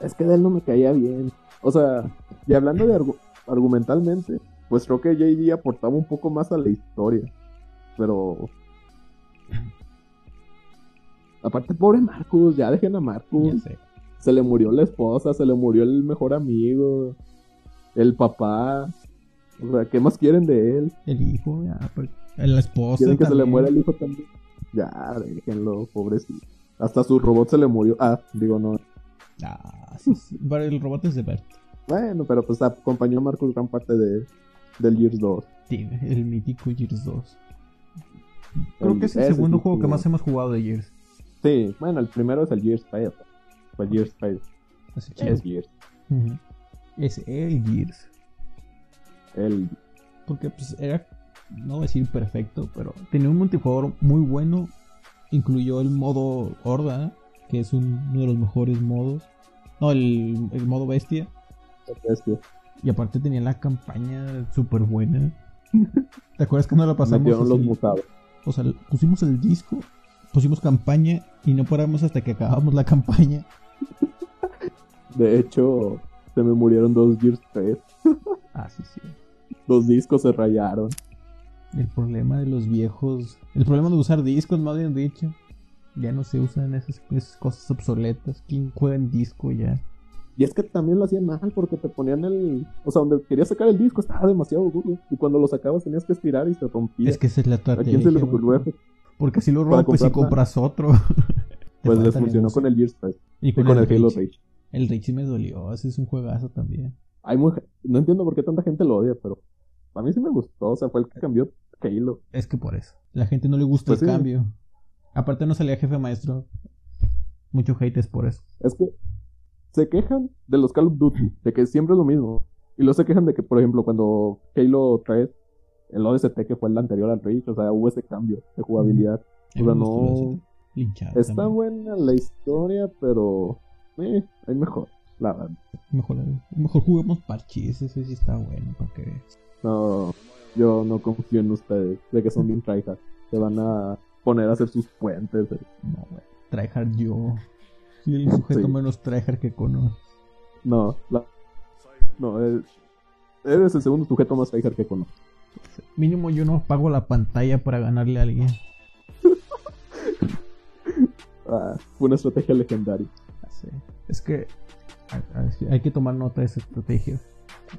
Es que de él no me caía bien. O sea, y hablando de argu- argumentalmente, pues creo que JD aportaba un poco más a la historia. Pero. Aparte, pobre Marcus, ya dejen a Marcus. Ya sé. Se le murió la esposa, se le murió el mejor amigo, el papá. O sea, ¿qué más quieren de él? El hijo, ya, pero- la esposa. Quieren que se le también. muera el hijo también. Ya, déjenlo, pobrecito. Hasta su robot se le murió. Ah, digo, no. Ah, sí, sí. Pero el robot es de Bert. Bueno, pero pues acompañó a Marcus gran parte de, del Gears 2. Sí, el mítico Gears 2. Creo que es el ese segundo sí juego que tuvo. más hemos jugado de Gears. Sí, bueno, el primero es el Gears 5. Fue el Gears 5. Así que Es Gears. Ujú. es el Gears. El... Porque pues era, no voy a decir perfecto, pero tenía un multijugador muy bueno. Incluyó el modo Horda, que es un- uno de los mejores modos. No, el, el modo Bestia. es que Y aparte tenía la campaña súper *laughs* buena. ¿Te acuerdas cuando la pasamos? metieron los así? mutados. O sea, pusimos el disco, pusimos campaña y no paramos hasta que acabamos la campaña. De hecho, se me murieron dos Gears 3. Ah, sí, sí. Los discos se rayaron. El problema de los viejos. El problema de usar discos, más bien dicho. Ya no se usan esas, esas cosas obsoletas. ¿Quién juega en disco ya? Y es que también lo hacían mal porque te ponían el... O sea, donde querías sacar el disco estaba demasiado duro. Y cuando lo sacabas tenías que estirar y se rompía. Es que esa es la ¿A estrategia. quién se le güey. ocurrió? eso? Porque si lo rompes y comprar compras otro. *laughs* Te Pues les falta funcionó negocio. con el Gears 3 Y y con el Halo Reach. Reach. El Reach sí me dolió. Ese es un juegazo también. Hay muy... No entiendo por qué tanta gente lo odia, pero a mí sí me gustó. O sea, fue el que cambió Halo. Es que por eso. La gente no le gusta Pues el sí. cambio. Aparte no salía jefe maestro. Mucho hate es por eso. Es que se quejan de los Call of Duty, de que siempre es lo mismo. Y luego se quejan de que, por ejemplo, cuando Halo 3, el ODST que fue el anterior al Reach, o sea, hubo ese cambio de jugabilidad. A mí O sea, me gustó la no... serie. Linchado Pues Está también. buena la historia, pero... Eh, hay mejor, la verdad. Mejor, mejor jugamos parches. Ese sí está bueno. Para que veas. No, yo no confío en ustedes, de que son bien tryhard. Se van a poner a hacer sus puentes. eh. No, güey. Tryhard yo. Soy el sujeto Sí. menos tryhard que conozco. No, la- no, es- eres el segundo sujeto más tryhard que conozco. Mínimo yo no apago la pantalla para ganarle a alguien. Ah, fue una estrategia legendaria. Sí. Es que a- a- sí, hay que tomar nota de esa estrategia.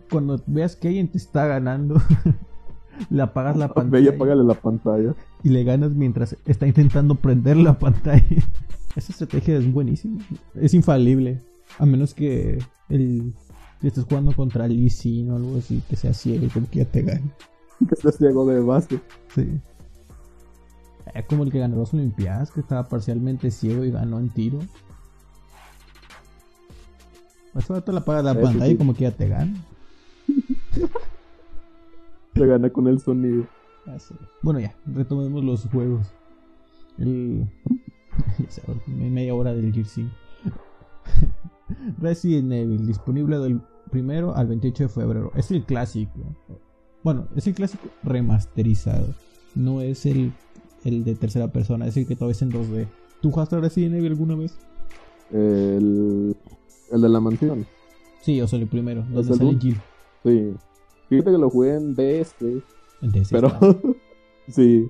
Cuando veas que alguien te está ganando, *laughs* le apagas la *laughs* Ve y pantalla apágale la pantalla. *laughs* y le ganas mientras está intentando prender la pantalla. *laughs* Esa estrategia es buenísima. Es infalible. A menos que el, que estés jugando contra Lee Sin o algo así, que sea ciego y como que ya te gane. Que estés ciego de base. Sí. Es como el que ganó las Olimpiadas, que estaba parcialmente ciego y ganó en tiro. Pues ahora tú le apagas la Ese pantalla y sí. como que ya te gana. Te gana con el sonido. Ah, Bueno, ya, retomemos los juegos. El. *laughs* ya se ahorró me- media hora del Gear 5. *laughs* Resident Evil, disponible del primero al 28 de febrero. Es el clásico. Bueno, es el clásico remasterizado. No es el, el de tercera persona, es el que todavía es en 2D. ¿Tú jugaste a Resident Evil alguna vez? El, el de la mansión. Sí, o sea, el primero, donde el sale uno. Jill. Sí. Fíjate que lo jugué en DS, El de ese pero... está. *laughs* sí,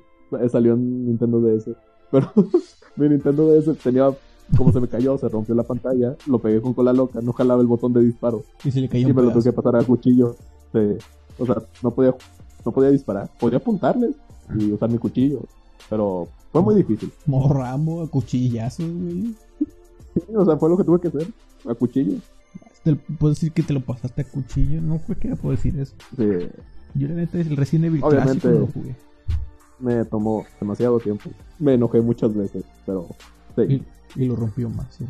salió en Nintendo DS. Pero *laughs* mi Nintendo DS tenía... Como se me cayó, se rompió la pantalla, lo pegué con cola loca, no jalaba el botón de disparo. Y se le *laughs* cayó Y un me lo tuve pedazo. que pasar a cuchillo. Sí. O sea, no podía, no podía disparar. Podía apuntarles y usar mi cuchillo. Pero fue muy difícil. *laughs* Morramo, a cuchillazos, güey. Sí, o sea, fue lo que tuve que hacer. A cuchillo. Te lo- puedo decir que te lo pasaste a cuchillo. No fue que era puedo decir eso. Sí. Yo la neta el Resident Evil Obviamente. clásico no lo jugué. Me tomó demasiado tiempo. Me enojé muchas veces, pero sí. Y, y lo rompió más. sí.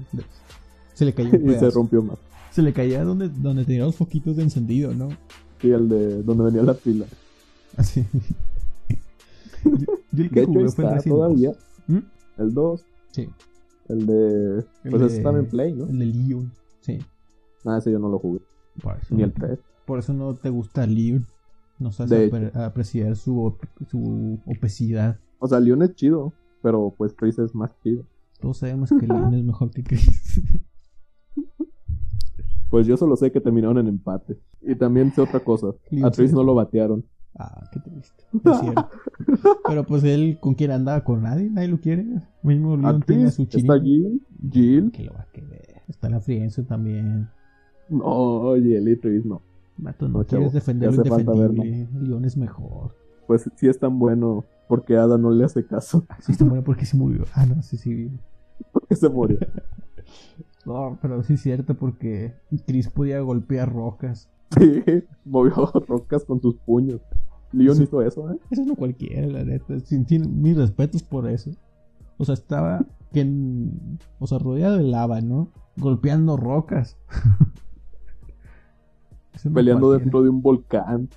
Se le cayó *laughs* un Y se pedazo. rompió más. Se le caía donde, donde tenía los foquitos de encendido, ¿no? Sí, el de donde venía la pila. *laughs* Así. yo, yo el que De hecho, jugué ahí fue el está Resident todavía. ¿Mm? El 2, Sí. el de. El Pues de- ese está en Play, ¿no? El de Leon. Sí. Nada, ese yo no lo jugué. Por eso, Ni el 3. por eso no te gusta Leon. No sabes De apre- apreciar su, op- su obesidad. O sea, Leon es chido, pero pues Chris es más chido. Todos sabemos *laughs* que Leon es mejor que Chris. Pues yo solo sé que terminaron en empate. Y también sé otra cosa. Leon A Tris se- no lo batearon. Ah, qué triste. Es *laughs* cierto. Pero pues él, ¿con quién andaba? ¿Con nadie? ¿Nadie lo quiere? Mismo A Leon tiene a Tris su está chiringa. Jill. Jill. Que lo va a querer. Está la Frienzo también. No, Jill y Tris no. Mato, no, No, quieres chavo, defender ya lo hace falta indefendible. Leon es mejor. Pues sí es tan bueno porque Ada no le hace caso. *laughs* Ah, Así está bueno porque se murió. Ah, no, sí, sí. Porque se murió. No, pero sí es cierto porque Chris podía golpear rocas. Sí, movió *laughs* rocas con sus puños. Leon Sí. hizo eso, ¿eh? Eso no cualquiera, la neta. Sin, sin- mis respetos por eso. O sea, estaba que en- o sea, rodeado de lava, ¿no? Golpeando rocas. *laughs* Eso no Peleando cualquiera. dentro de un volcán.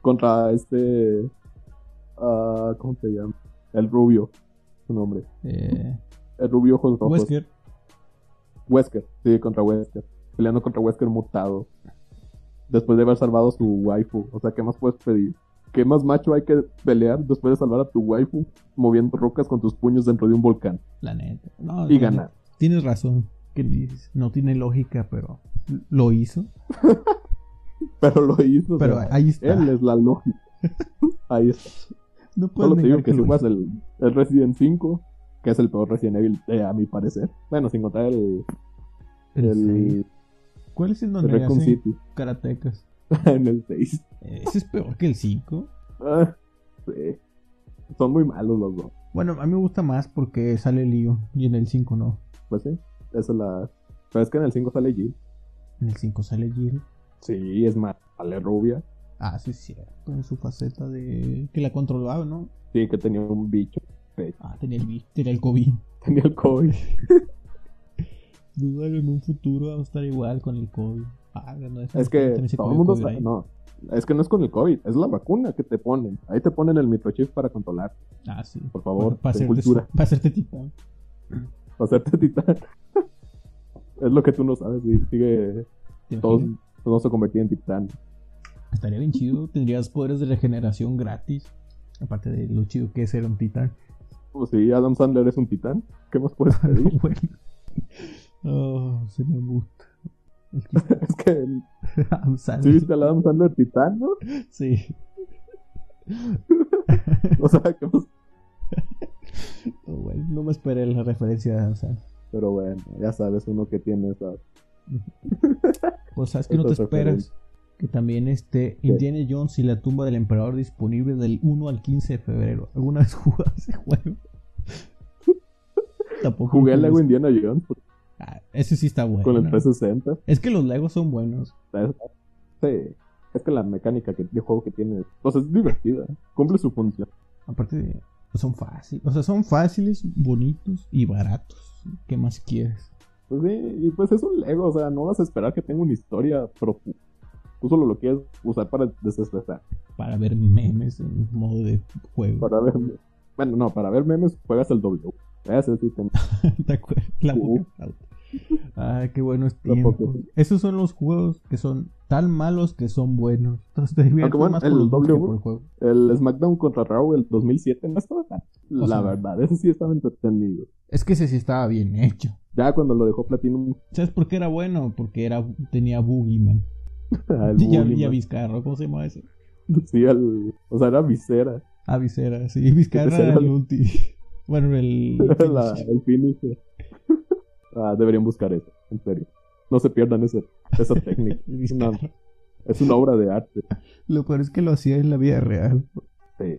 Contra este. ah, ¿Cómo se llama? El rubio. Su nombre. Eh, El rubio ojos rojos. Wesker. Wesker, sí, contra Wesker. Peleando contra Wesker mutado. Después de haber salvado a su waifu. O sea, ¿qué más puedes pedir? ¿Qué más macho hay que pelear después de salvar a tu waifu moviendo rocas con tus puños dentro de un volcán? La neta. No, Y la ganar. neta, Tienes razón. ¿Qué dices? No tiene lógica, pero lo hizo. Pero lo hizo. o Pero sea, ahí está. él es *laughs* la lógica. Ahí está. No puedo Solo te negar digo que que lo subas hizo. el, el Resident 5, que es el peor Resident Evil, eh, a mi parecer. Bueno, sin contar el, El seis. el, ¿Cuál es el el donde Recon hacen City *laughs* karatecas? Eh, en el 6. Ese es peor que el 5. Ah, sí. Son muy malos los dos. Bueno, a mí me gusta más porque sale lío y en el 5 no. Pues sí, esa es la. Pero es que en el 5 sale Jill. En el 5 sale Jill. Sí, es más, sale rubia. Ah, sí, es cierto. En su faceta de que la controlaba, ¿no? Sí, que tenía un bicho. *laughs* Ah, tenía el, vi- tenía el COVID. Tenía el COVID. Duda que en un futuro vamos a estar igual con el COVID. Ah, no, Es que todo el mundo sabe. ¿eh? No, es que no es con el COVID, es la vacuna que te ponen. Ahí te ponen el microchip para controlar, Ah, sí. por favor. para, ten hacerte, cultura, para hacerte titán. para hacerte titán. *laughs* es lo que tú no sabes. Y sigue. ¿Te Todos, imaginas? todos se convertían en titán. Estaría bien chido. Tendrías poderes de regeneración gratis. Aparte de lo chido que es ser un titán. *laughs* Como si Adam Sandler es un titán. ¿Qué más puedes *laughs* pedir? bueno. Oh, se me gusta. *laughs* El es que. titán ¿Sí sale. viste al Adam Sandler titán, no? sí. O sea, ¿qué más Oh, bueno, no me esperé la referencia de Adam Pero bueno, ya sabes, uno que tiene esa. Pues sabes que no te Otra esperas. referencia. Que también esté Indiana Jones y la tumba del emperador disponible del 1 al 15 de febrero. ¿Alguna vez *laughs* jugaste ese *laughs* juego? Tampoco. Jugué el lo Lego conozco. Indiana Jones pues, Ah, ese sí está bueno. con el ¿no? 360. Es que los Legos son buenos. ¿sabes? Sí. Es que la mecánica que, de juego que tiene. O sea, es divertida. Cumple su función. Aparte, de- pues, son fáciles. O sea, son fáciles, bonitos y baratos. ¿Qué más quieres? Pues sí, y pues es un Lego. O sea, no vas a esperar que tenga una historia profunda. Tú solo lo quieres usar para desestresar. Para ver memes en modo de juego. Para ver. Bueno, no, para ver memes juegas el W. Ese sí te- *laughs* ¿Te acuerdas? La Sí. boca flauta. Ah, qué buenos La tiempos. boca. Esos son los juegos que son tan malos que son buenos. *laughs* Entonces te diviertes bueno, más el por los bugs que W. por el juego. El SmackDown contra Raw el 2007 no estaba tan. O sea, La verdad, ese sí estaba entretenido. Es que ese sí estaba bien hecho. Ya cuando lo dejó Platinum. *laughs* ¿Sabes por qué era bueno? Porque era tenía Boogeyman. *laughs* al Ya, Bully, ya Ah, man. Vizcarra, ¿cómo se llama ese? *laughs* Sí, al- o sea, era visera. *laughs* Ah, Vizcarra, sí. *laughs* Vizcarra Ese era era el el- ulti. *laughs* Bueno, el... *laughs* La- el finisher. *laughs* Ah, deberían buscar eso, en serio. No se pierdan ese, *laughs* esa técnica. el Vizcarra. Es una obra de arte. Lo peor es que lo hacía en la vida real. Sí.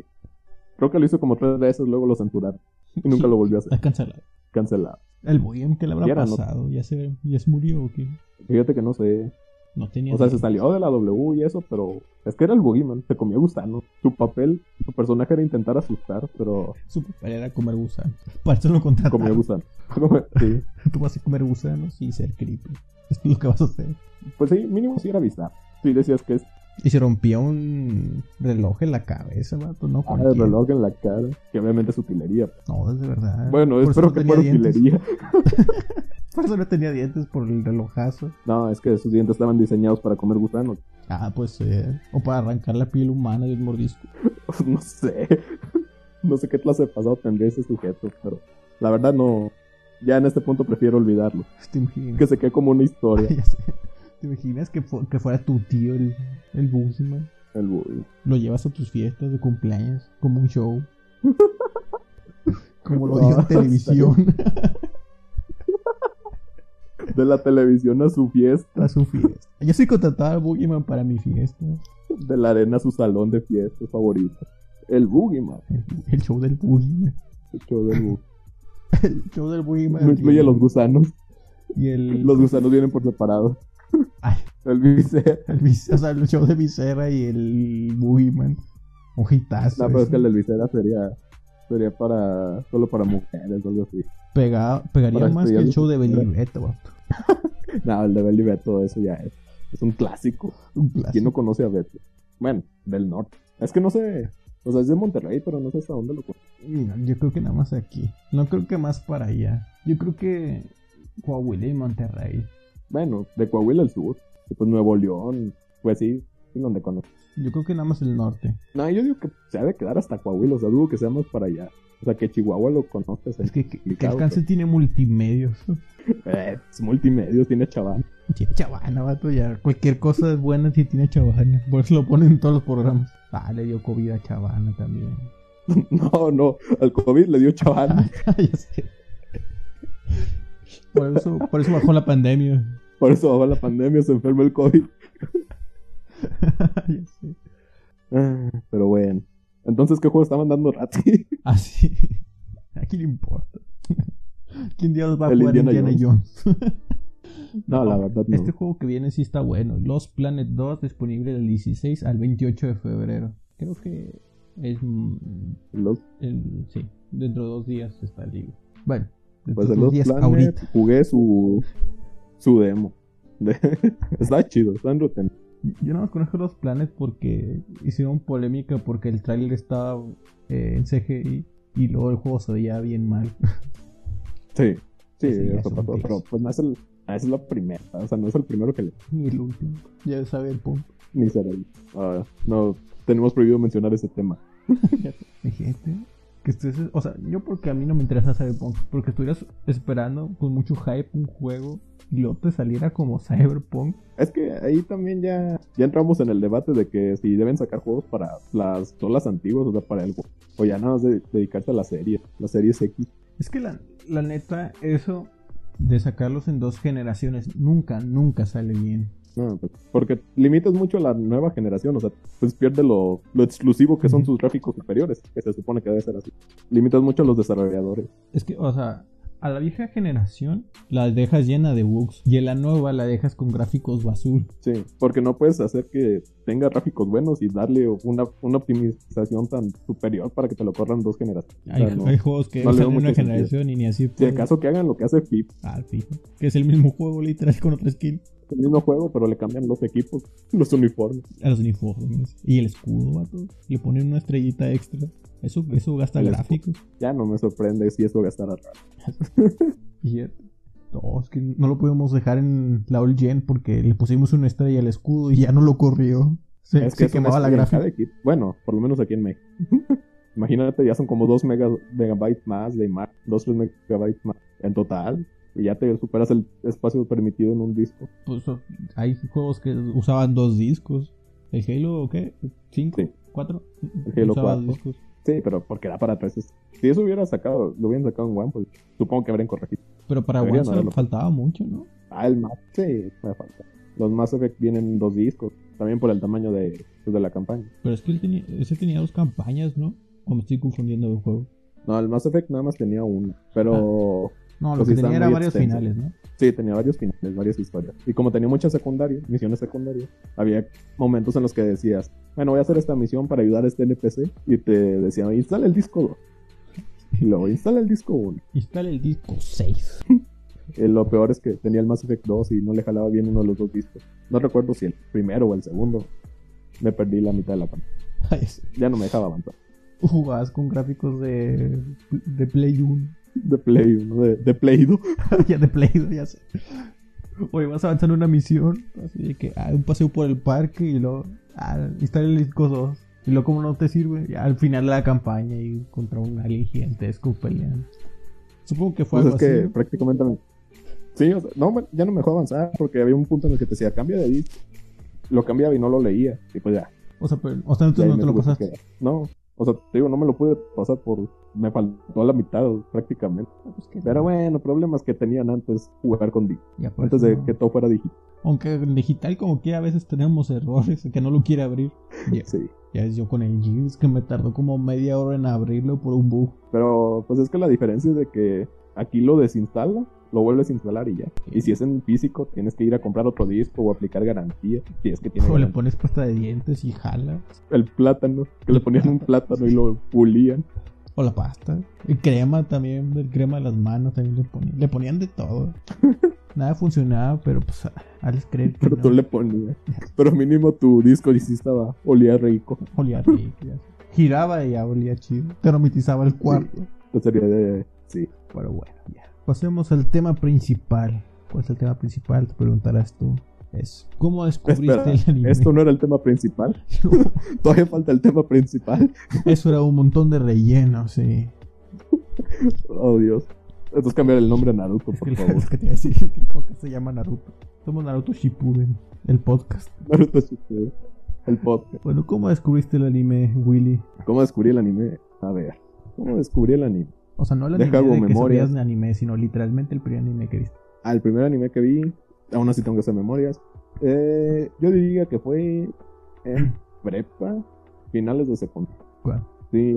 Creo que lo hizo como tres veces, luego lo censuraron. Y nunca lo volvió *laughs* a hacer. Está cancelado. Cancelado. El Boogeyman que le habrá Ya era, ¿no? pasado. Ya se ya se murió o qué. Fíjate que no sé. No tenía... O sea, ni- se salió de la W y eso, pero es que era el Boogeyman. Se comía gusano. Su papel, su personaje era intentar asustar, pero Su papel era comer gusanos. Para eso lo *laughs* contrataron. comía gusano. Sí. Tú vas a comer gusanos y ser creepy. Esto es lo que vas a hacer. Pues sí, mínimo sí era avisar. Sí, decías que es Y se rompía un reloj en la cabeza, vato. No, ah, el cualquiera. reloj en la cara, que obviamente es utilería. No, es de verdad. Bueno, Ah, Por eso espero no que tenía fuera dientes. utilería. Por eso no tenía dientes por el relojazo. No, es que sus dientes estaban diseñados para comer gusanos. Ah, pues eh, O para arrancar la piel humana de un mordisco. *laughs* *laughs* no sé. No sé qué clase de pasado tendría ese sujeto, pero la verdad no. Ya en este punto prefiero olvidarlo. ¿Te imaginas? Que se quede como una historia. *laughs* Ya sé. ¿Te imaginas que, fu- que fuera tu tío el, el Boogeyman? El bullying. Lo llevas a tus fiestas de cumpleaños como un *laughs* show. como lo No, dio en estaría- televisión. De la televisión a su fiesta, a su fiesta. Yo soy contratado al Boogeyman para mi fiesta. de la arena a su salón de fiestas favorito. El Boogeyman. El, el show del Boogeyman. El show del Boogeyman. El show del Boogeyman. No incluye a los gusanos. Y el. Los gusanos vienen por separado. Ay. *laughs* El Visera. el Vis- o sea, el show de Visera y el Boogeyman. Ojitazo. No, pero es ese. que el del Visera sería, sería para, solo para mujeres o algo así. Pega- pegaría Para más que estudiar el show de literatura. Belibeto, vato. No, el de Belly Beto, eso ya es. Es un clásico. Un clásico. ¿Quién no conoce a Beto? Bueno, del norte. Es que no sé. O sea, es de Monterrey, pero no sé hasta dónde lo conoce. Mira, yo creo que nada más aquí. No creo que más para allá. Yo creo que Coahuila y Monterrey. Bueno, de Coahuila al sur. Y pues Nuevo León. Pues sí, sí, donde conoce. Yo creo que nada más el norte. No, yo digo que se ha de quedar hasta Coahuila. O sea, dudo que sea más para allá. O sea, que Chihuahua lo conoces. Es que, que- que complicado, alcance tiene multimedios. Eh, es multimedia, tiene chaval. *laughs* Tiene chavana, vato, ya. Cualquier cosa es buena si tiene chavana. Por eso lo ponen en todos los programas. Ah, le dio COVID a chavana también. *laughs* No, no, al COVID le dio chaval. Ah, Ya sé. Por eso, por eso bajó la pandemia. *laughs* Por eso bajó la pandemia, se enfermó el COVID. Ya sé. Ah, Pero bueno. Entonces, ¿qué juego está mandando Rati? *laughs* Así. ¿A quién Ah, le importa? *laughs* ¿Quién diablos va a El jugar Indiana Indiana, Jones? *laughs* No, la verdad no. Este juego que viene sí está bueno. Los Planet 2 disponible del 16 al 28 de febrero. Creo que es mm, Los, el- sí, dentro de dos días está libre. Bueno, dentro pues de en dos los días planes ahorita. jugué su, su demo. *laughs* está chido, está enruten. Yo nada más conozco los planes porque hicieron polémica porque el tráiler estaba eh, en CGI y luego el juego se veía bien mal. *laughs* Sí, sí, Ese ya eso son pasó. tips. Pero pues no es, el, no es la primera. O sea, no es el primero que le. Ni el último. Ya sabe el punto. Ni será. Ah, no, tenemos prohibido mencionar ese tema. Hay gente "Este, que estés- o sea, yo porque a mí no me interesa Cyberpunk, porque estuvieras esperando con mucho hype un juego y luego te saliera como Cyberpunk. Es que ahí también ya, ya entramos en el debate de que si deben sacar juegos para las todas las antiguas, o sea, para el o ya nada más de- dedicarse a la serie, la serie X. Es que la, la neta, eso de sacarlos en dos generaciones nunca, nunca sale bien. No, pues, porque limitas mucho a la nueva generación, o sea, pues pierde lo, lo exclusivo que son Ujú. sus gráficos superiores, que se supone que debe ser así. Limitas mucho a los desarrolladores. Es que, o sea, a la vieja generación la dejas llena de bugs y a la nueva la dejas con gráficos basura. Sí, porque no puedes hacer que tenga gráficos buenos y darle una, una optimización tan superior para que te lo corran dos generaciones. O Hay, sea, no. hay juegos que no le salen veo en una mucho sentido. generación y ni así. Si pueden- acaso que hagan lo que hace FIP, Ah, fijo. Que es el mismo juego literal con otra skin. el mismo juego, pero le cambian los equipos, *laughs* los uniformes. A los uniformes. Y el escudo, vato. Le ponen una estrellita extra. Eso, eso gasta El gráficos. Ya no me sorprende si *laughs* eso gastará raro. Y ya- No, es que no lo pudimos dejar en la old gen porque le pusimos una estrella al escudo y ya no lo corrió. Se, es se que eso quemaba no la está bien, gráfica. cada equipo- Bueno, por lo menos aquí en México. *laughs* Imagínate, ya son como 2 megabytes más de imagen, 2 3 megabytes más en total. Y ya te superas el espacio permitido en un disco. Pues, o- hay juegos que usaban dos discos. El Halo, ¿qué? ¿Cinco? Sí. ¿Cuatro? El Halo Usaba dos 4. discos. Sí, pero porque da para tres. es- Si eso hubiera sacado, lo hubieran sacado en One, pues supongo que habrían corregido. Pero para Deberían One haberlo. faltaba mucho, ¿no? Ah, el Mass, sí, me falta. Los Mass Effect vienen en dos discos, también por el tamaño de, pues, de la campaña. Pero es que él tenía, ese tenía dos campañas, ¿no? O me estoy confundiendo de juego. No, el Mass Effect nada más tenía uno, pero No, lo Pues que sí, está tenía era muy varios extenso. finales, ¿no? Sí, tenía varios finales, varias historias. Y como tenía muchas secundarias, misiones secundarias, había momentos en los que decías, bueno, voy a hacer esta misión para ayudar a este NPC. Y te decían, instala el disco 2. Y luego, instala el disco 1. Instala el disco 6. Eh, lo peor es que tenía el Mass Effect 2 y no le jalaba bien uno de los dos discos. No recuerdo si el primero o el segundo. Me perdí la mitad de la pantalla. Ya no me dejaba avanzar. *laughs* Jugabas con gráficos de, de Play 1. De Play, uno, de, de Play 2. ya de Play 2, ya sé. Oye, vas avanzando una misión. Así de que, ah, un paseo por el parque y luego, ah, instala el disco 2. Y luego, como no te sirve, ya al final de la campaña y contra un alien gigantesco peleando. Supongo que fue Pues es algo así. que ¿no? prácticamente me- Sí, o sea, no, me- ya no me dejó avanzar porque había un punto en el que te decía, cambia de disco. Lo cambiaba y no lo leía. Y pues ya. O sea, pero, o sea, tú ya ahí no me te lo tuve que pasaste. quedar. No, o sea, te digo, no me lo pude pasar por... Me faltó la mitad prácticamente. Pues que- Pero bueno, problemas que tenían antes jugar con disco. Ya, por Antes eso de no. que todo fuera digital. Aunque en digital, como quiera, a veces tenemos errores que no lo quiere abrir. Ya, Sí. ya es yo con el Gears que me tardó como media hora en abrirlo por un bug. Pero pues es que la diferencia es de que Aquí lo desinstala, lo vuelves a instalar y ya. Y si es en físico, tienes que ir a comprar otro disco o aplicar garantía. Si es que tiene O le garantía. pones pasta de dientes y jala. el plátano, que le ponían un plátano y lo pulían. O la pasta. Y crema también, el crema de las manos también le ponían. Le ponían de todo. Nada funcionaba, pero pues a- al creer que Pero no, tú le ponías. Pero mínimo tu disco sí estaba, olía rico. olía rico, ya. Giraba y ya olía chido. Te aromatizaba el cuarto. Entonces sería de. Sí. Pero bueno, ya. Pasemos al tema principal. ¿Cuál es el tema principal? Te preguntarás tú. Es ¿Cómo descubriste Espera, el anime? Esto no era el tema principal. No, Todavía falta el tema principal. *laughs* Eso era un montón de relleno, sí. Oh, Dios. Entonces cambiar el nombre a Naruto, Es por que, favor. *laughs* es *laughs* que te iba a decir, el podcast se llama Naruto. Somos Naruto Shippuden, el podcast. Naruto Shippuden. El podcast. Bueno, ¿cómo descubriste el anime, Willy? ¿Cómo descubrí el anime? A ver. ¿Cómo descubrí el anime? O sea, no el anime Deja hago de que memorias. sabías de anime, sino literalmente el primer anime que viste. al primer anime que vi, aún así tengo que hacer memorias. eh, yo diría que fue en prepa, finales de secundaria. ¿Cuál? Sí,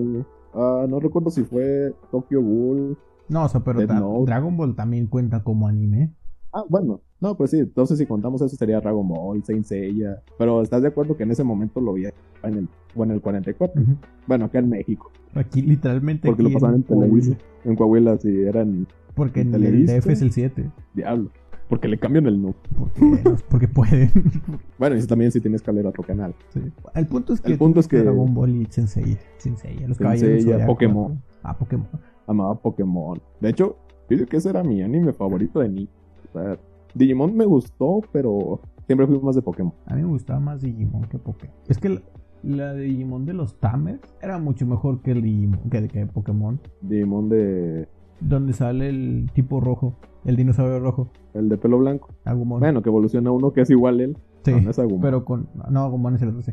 ah, no recuerdo si fue Tokyo Ghoul. No, o sea, pero Death ta- Note. Dragon Ball también cuenta como anime. Ah, bueno, no, pues sí, entonces si contamos eso sería Dragon Ball, Saint Seiya. Pero estás de acuerdo que en ese momento lo vi en el, o en el 44. Bueno, acá en México, Aquí literalmente porque lo aquí pasaban en Coahuila. Televisa. En Coahuila sí eran Porque en en el Televisa. DF es el 7. diablo, porque le cambian el número. *laughs* Porque, porque pueden. *laughs* Bueno, y también si tienes que hablar a otro canal. Sí. El punto es que, El punto es que- Dragon Ball y Sensei, Sensei, los Saint caballeros del Seiya, Zodiaco, Pokémon. ¿no? Ah, Pokémon. amaba Pokémon. De hecho, dice que ese era mi anime favorito de niño. O sea, Digimon me gustó, pero siempre fui más de Pokémon. A mí me gustaba más Digimon que Pokémon. Es que la, la de Digimon de los Tamers era mucho mejor que el Digimon, que, que Pokémon. Digimon de. Donde sale el tipo rojo, el dinosaurio rojo, El de pelo blanco. Agumon. Bueno, que evoluciona uno que es igual él. Sí, no, no es Agumon. Pero con. No, Agumon es el otro, sí.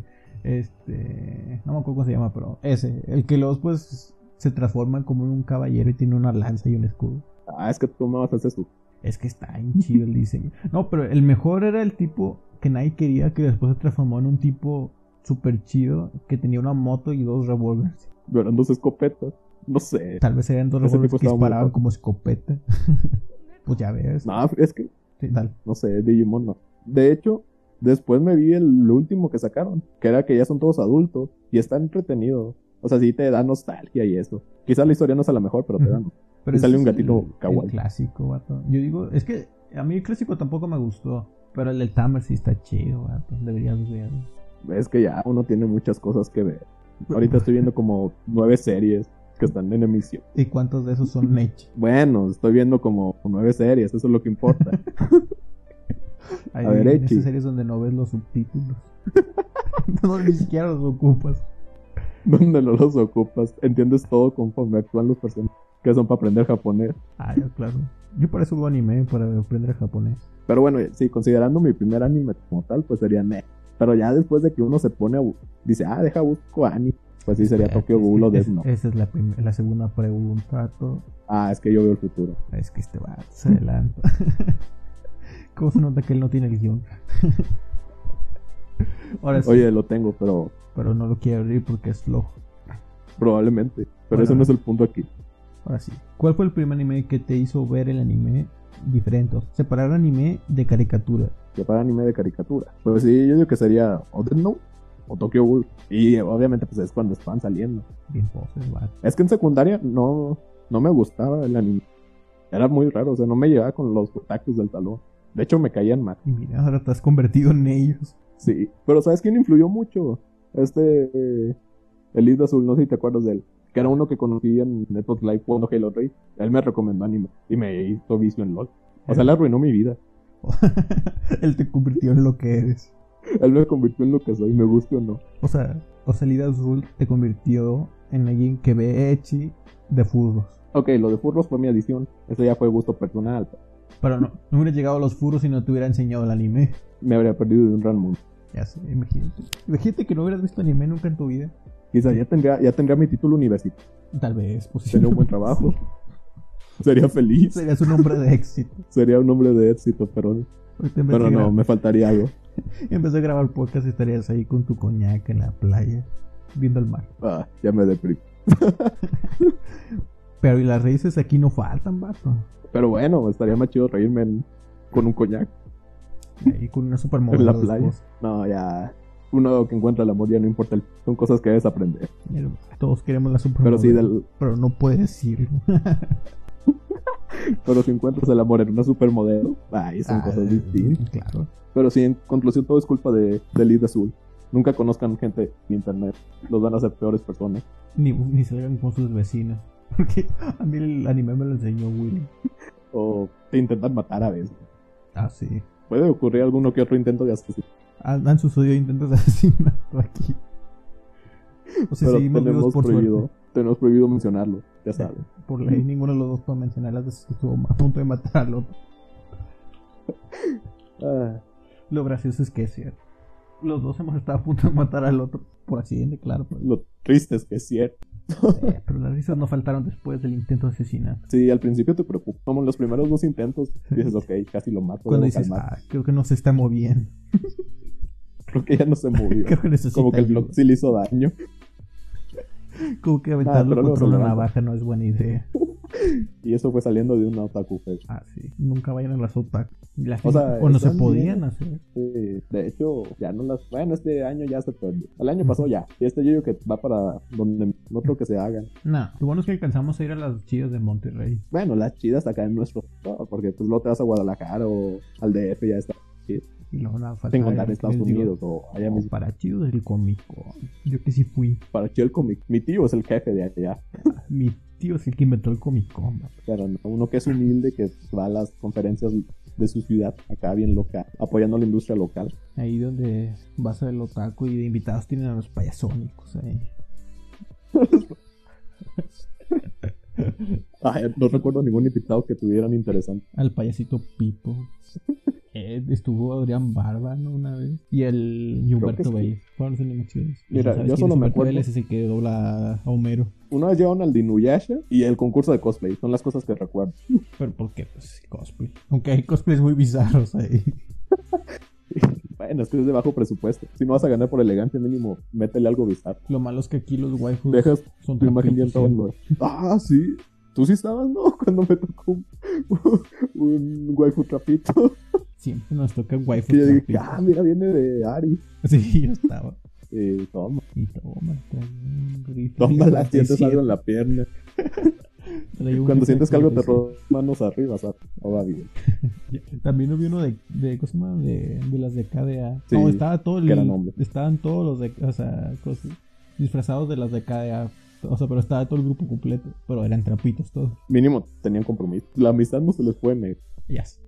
Este. No me acuerdo cómo se llama, pero ese. El que los, pues, se transforma como en un caballero y tiene una lanza y un escudo. Ah, es que tú me vas a hacer su. Es que está *laughs* bien chido el diseño. No, pero el mejor era el tipo que nadie quería, que después se transformó en un tipo súper chido, que tenía una moto y dos revólveres. Eran dos escopetas. No sé. Tal vez eran dos Ese revólveres tipo que estaba muy disparaban loco. como escopeta. *laughs* pues ya ves. No, es que. Sí, tal. No sé, Digimon no. De hecho, después me vi el último que sacaron. Que era que ya son todos adultos. Y está entretenido. O sea, sí te da nostalgia y eso. Quizás la historia no es a la mejor, pero te da. Ujú. Pero Y sale ese un es gatito el- kawaii. El clásico, vato. Yo digo, es que a mí el clásico tampoco me gustó. Pero el del Tamer sí está chido, vato. Deberías verlo. Es que ya uno tiene muchas cosas que ver. Ahorita estoy viendo como nueve series que están en emisión. ¿Y cuántos de esos son *laughs* Nech? Bueno, estoy viendo como nueve series, eso es lo que importa. Hay A ver, en Echi. esas series donde no ves los subtítulos. *laughs* no, ni siquiera los ocupas. Donde no los ocupas, entiendes todo conforme actúan los personajes que son para aprender japonés. Ah, ya, claro. Yo para eso veo anime, para aprender japonés. Pero bueno, sí, considerando mi primer anime como tal, pues sería NET. Pero ya después de que uno se pone a... bu- Dice, ah, deja busco anime. Pues sí, sería Tokyo Ghoul o Es- Death Note. Esa es la, prim- la segunda pregunta, vato. Ah, es que yo veo el futuro. Es que este va, se adelanta. *laughs* ¿Cómo se nota que él no tiene el guión? *laughs* Ahora sí, Oye, lo tengo, pero pero no lo quiere abrir porque es flojo. probablemente. Pero Bueno. ese no es el punto aquí. Ahora sí. ¿Cuál fue el primer anime que te hizo ver el anime diferente? Separar anime de caricatura. que para anime de caricatura. Pues sí, yo digo que sería o Death Note o Tokyo Ghoul. Y eh, obviamente pues es cuando están saliendo. Bien pues, poses, va. Es que en secundaria no, no me gustaba el anime. Era muy raro, o sea, no me llevaba con los otakus del talón. De hecho, me caían mal. Y mira, ahora te has convertido en ellos. *laughs* Sí. Pero ¿sabes quién influyó mucho? Este... eh, el Isla Azul, no sé si te acuerdas de él. Que era uno que conocí en Netflix Live cuando Halo Rey. Él me recomendó anime y me hizo vicio en LOL. O sea, le arruinó mi vida. él te convirtió en lo que eres. Él me convirtió en lo que soy, me guste o no. O sea, o salida azul te convirtió en alguien que ve Echi de furros. Ok, lo de furros fue mi adición. Eso ya fue gusto personal. Pero no, no hubiera llegado a los furros si no te hubiera enseñado el anime. Me habría perdido de un gran mundo. Ya sé, imagínate. Imagínate que no hubieras visto anime nunca en tu vida. Quizá ya tendría, ya tendría mi título universitario. Tal vez, pues *laughs* Sería un buen trabajo. *laughs* Sería feliz. Serías un hombre de éxito. Sería un hombre de éxito, pero, Ahorita en vez, pero de no, gra- me faltaría algo. *laughs* en vez de grabar podcast estarías ahí con tu coñac en la playa, viendo el mar. Ah, ya me deprimí. Pero y las raíces aquí no faltan, vato. Pero bueno, estaría más chido reírme en- con un coñac Ahí con una super *laughs* en la playa. No, ya. Uno que encuentra el amor ya no importa. el- Son cosas que debes aprender. Todos queremos la super Pero sí, del- Pero no puedes decirlo. pero si encuentras el amor en una supermodelo, ay, *laughs* son Ah, cosas distintas. Claro. Pero sí, en conclusión, todo es culpa de, del lead azul. Nunca conozcan gente en internet. Los van a hacer peores personas. Ni, ni salgan con sus vecinas. *laughs* Porque a mí el anime me lo enseñó Willy. O te intentan matar a veces. Ah, sí. Puede ocurrir alguno que otro intento de asesinato. Han, han sucedido intentos de *laughs* asesinato aquí. O sea, pero seguimos vivos tenemos por prohibido, suerte. tenemos prohibido mencionarlo. Ya sabes. Por ley, ninguno de los dos puede mencionar las veces que estuvo a punto de matar al otro. Ah, Lo gracioso es que es cierto. Los dos hemos estado a punto de matar al otro. Por accidente, claro. Pero, lo triste es que es cierto. *laughs* eh, pero las risas no faltaron después del intento de asesinato. Sí, al principio te preocupa. Como en los primeros dos intentos, dices, ok, casi lo mato. Cuando debo dices, calmar". ah, creo que no se está moviendo. *laughs* Creo que ya no se movió. Creo que necesita Como que el ayuda. blog sí le hizo daño. Como que aventarlo Ah, pero luego contra se una levanta. navaja no es buena idea. Y eso fue saliendo de un otaku pues. fest. Ah, sí. Nunca vayan a las otaku. La O gente- sea, o no se están podían bien. hacer. Sí, de hecho, ya no las. Bueno, este año ya se perdió. El año pasado ya. Y este yo que va para donde no creo que se hagan. No, lo bueno es que alcanzamos a ir a las chillas de Monterrey. Bueno, las chidas acá en nuestro. no, porque pues luego te vas a Guadalajara o al DF, ya está. Y luego nada falta. Te encontrar en el- Estados les digo, Unidos o allá "Oh, mismo. para chido del cómico. Yo que sí fui. Para aquí el cómic. Mi tío es el jefe de allá. Mi tío es el que inventó el cómico. Pero no, uno que es humilde, que va a las conferencias de su ciudad, acá bien local, apoyando la industria local. Ahí donde vas al otaku y de invitados tienen a los payasónicos ahí. Ay, no recuerdo ningún invitado que tuvieran interesante. Al payasito *laughs* Pipo. Eh, estuvo Adrián Barba, ¿no? Una vez. Y el y que Humberto sí. Vélez. Fueron los animaciones. Mira, yo solo me acuerdo- Humberto Vélez es el que dobla a Homero. Una vez llevaron al de Inuyasha y el concurso de cosplay. Son las cosas que recuerdo. Pero porque, pues, cosplay. Aunque hay cosplays muy bizarros ahí. Bueno, es que es de bajo presupuesto. Si no vas a ganar por elegante, mínimo, métele algo bizarro. Lo malo es que aquí los waifus Dejas son ¿eh? tu imagen bien trampitos, todo. Ah, sí. Tú sí estabas, ¿no? *laughs* Cuando me tocó un, un *laughs* waifu trapito. siempre, siempre nos toca waifus Que yo dije, trampitos. ah, mira, viene de Ari. *laughs* Sí, yo estaba. Eh, toma, Y toma, trae un rifle. toma, la sientes 57, algo en la pierna. trae un Cuando rifle sientes que algo te 57. roba manos arriba, o sea, no va bien. También hubo uno de, de ¿cómo se llama? De, de las de KDA. Sí, no, estaba todo el, que eran hombres. estaban todos los de, o sea, cosas- disfrazados de las de KDA. O sea, pero estaba todo el grupo completo, pero eran trapitos todos. Mínimo tenían compromiso. La amistad no se les fue en, Ya. sé.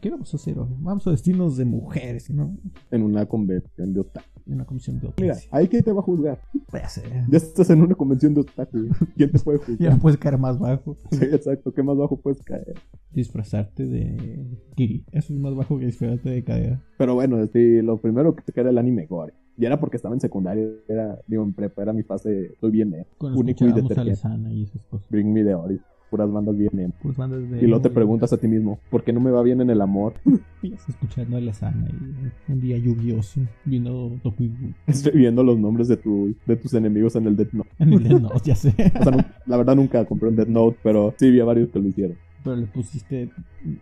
¿Qué vamos a hacer hoy? Vamos a vestirnos de mujeres, ¿no? en una convención de otaku. En una comisión de Mira, opinas. ahí que te va a juzgar. Ya sé. Ya estás en una convención de otaku. güey. ¿Quién te *laughs* puede Ya juzgar? no puedes caer más bajo. Sí, exacto. ¿Qué más bajo puedes caer? Disfrazarte de Kiri. Eso es más bajo que disfrazarte de KDA. Pero bueno, sí, lo primero que te queda era el anime gore. Y era porque estaba en secundaria, era, digo, en prepa, era mi fase, estoy bien, eh. Cuando Único y escuchábamos a detergente. Lesana y esas cosas. Bring me the Ori, puras bandas bien, eh. Pues van desde Y luego te preguntas a ti mismo, ¿por qué no me va bien en el amor? *laughs* escuchando a Lesana y un día lluvioso viendo Tokuigu Estoy viendo los nombres de, tu, de tus enemigos en el Death Note. en el Death Note, *laughs* ya sé. O sea, nu- la verdad nunca compré un Death Note, pero sí vi a varios que lo hicieron. Pero le pusiste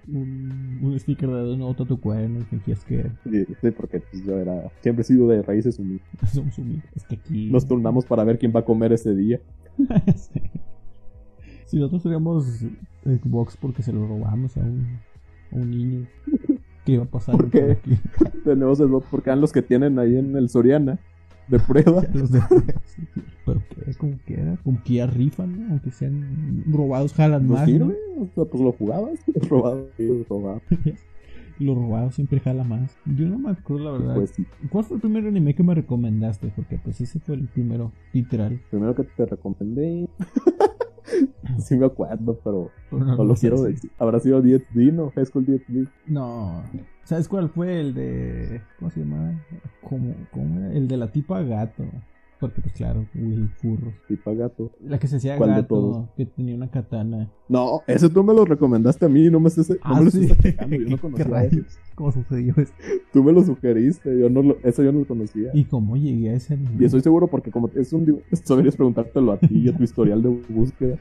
un, un sticker de Death Note a tu cuerno y fingías que *laughs* Sí, sí, porque pues, yo era, siempre he sido de raíces humildes. somos humildes. Es que aquí. Nos turnamos para ver quién va a comer ese día. *laughs* Sí. Si nosotros tuviéramos Xbox porque se lo robamos a un, a un niño, ¿qué iba a pasar? ¿Por qué? aquí? Tenemos el bot porque eran los que tienen ahí en el Soriana de prueba. Los de sí. Pero que como quiera, como quiera rifan, ¿no? aunque sean robados, jalan *laughs* Pues más. sí, ¿no? güey, o sea, pues lo jugabas. *laughs* Robado, sí, robado. *laughs* Lo robado siempre jala más. Yo no me acuerdo la verdad. Pues sí. ¿Cuál fue el primer anime que me recomendaste? Porque pues ese fue el primero, literal. Primero que te recomendé. *laughs* sí me acuerdo, pero Pero no lo sé quiero si- decir. Habrá sido 10D, ¿no? High School 10D. No. ¿Sabes cuál fue el de... ¿Cómo se llamaba? ¿Cómo, cómo era? El de la tipa gato. Porque, pues claro, Willy Furro. Pipa gato. La que se hacía ¿Cuál de gato, todos? que tenía una katana. No, ese tú me lo recomendaste a mí, no me estés, no me lo estás atacando, *laughs* yo no ¿Qué conocía. rayos? ¿Cómo sucedió esto? Tú me lo sugeriste, yo no lo, eso yo no lo conocía. ¿Y cómo llegué a ese anime? Y estoy seguro porque como es un dibujo, esto deberías preguntártelo a ti y a tu historial de búsqueda.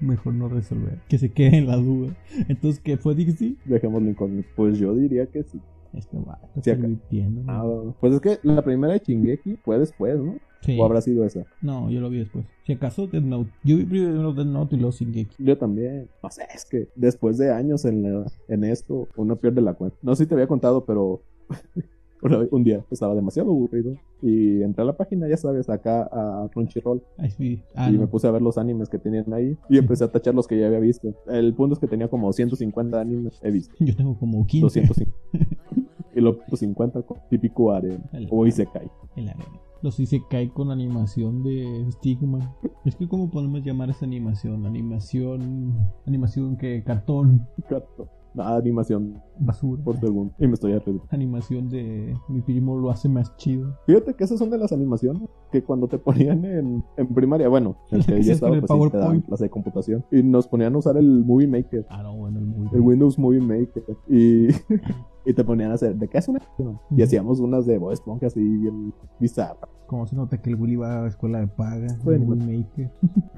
Mejor no resolver. Que se quede en la duda. Entonces, ¿qué fue Dixie? Dejémoslo incógnito. Pues yo diría que sí. Este va, está Sí, acá. pervirtiendo, ¿no? Ah, pues es que la primera de Chingeki fue después, ¿no? Sí. O habrá sido esa. No, yo lo vi después. Si acaso Death Note. Yo vi primero Death Note y luego Shingeki. Yo también. No sé, es que después de años en, la- en esto, uno pierde la cuenta. No sé si te había contado, pero *laughs* una vez- un día estaba demasiado aburrido y entré a la página, ya sabes, acá a Crunchyroll Ahí sí. Ah, y no. me puse a ver los animes que tenían ahí y empecé a tachar los que ya había visto. El punto es que tenía como 150 animes, he visto. *laughs* Yo tengo como 15. 250. *laughs* y los 50 con típico harem El- o isekai. el anime. Los hice cae con animación de Stigma. Es que cómo podemos llamar esa animación? Animación, animación que cartón, Gato. Nada, animación basura. por segundo. Y me estoy arriesgando. Animación de mi primo lo hace más chido. Fíjate que esas son de las animaciones que cuando te ponían en, en primaria, bueno, *laughs* en que yo Hacías con estaba, el pues, sí, te daban PowerPoint. clase de computación. Y nos ponían a usar el Movie Maker, Ah, no, bueno, el muy el Windows Movie Maker. Y, *laughs* y te ponían a hacer, ¿de qué es una animación? Y hacíamos unas de Bob Esponja así bien bizarras. Como se nota que el Willy va a la escuela de paga, Bueno. el Willy Maker.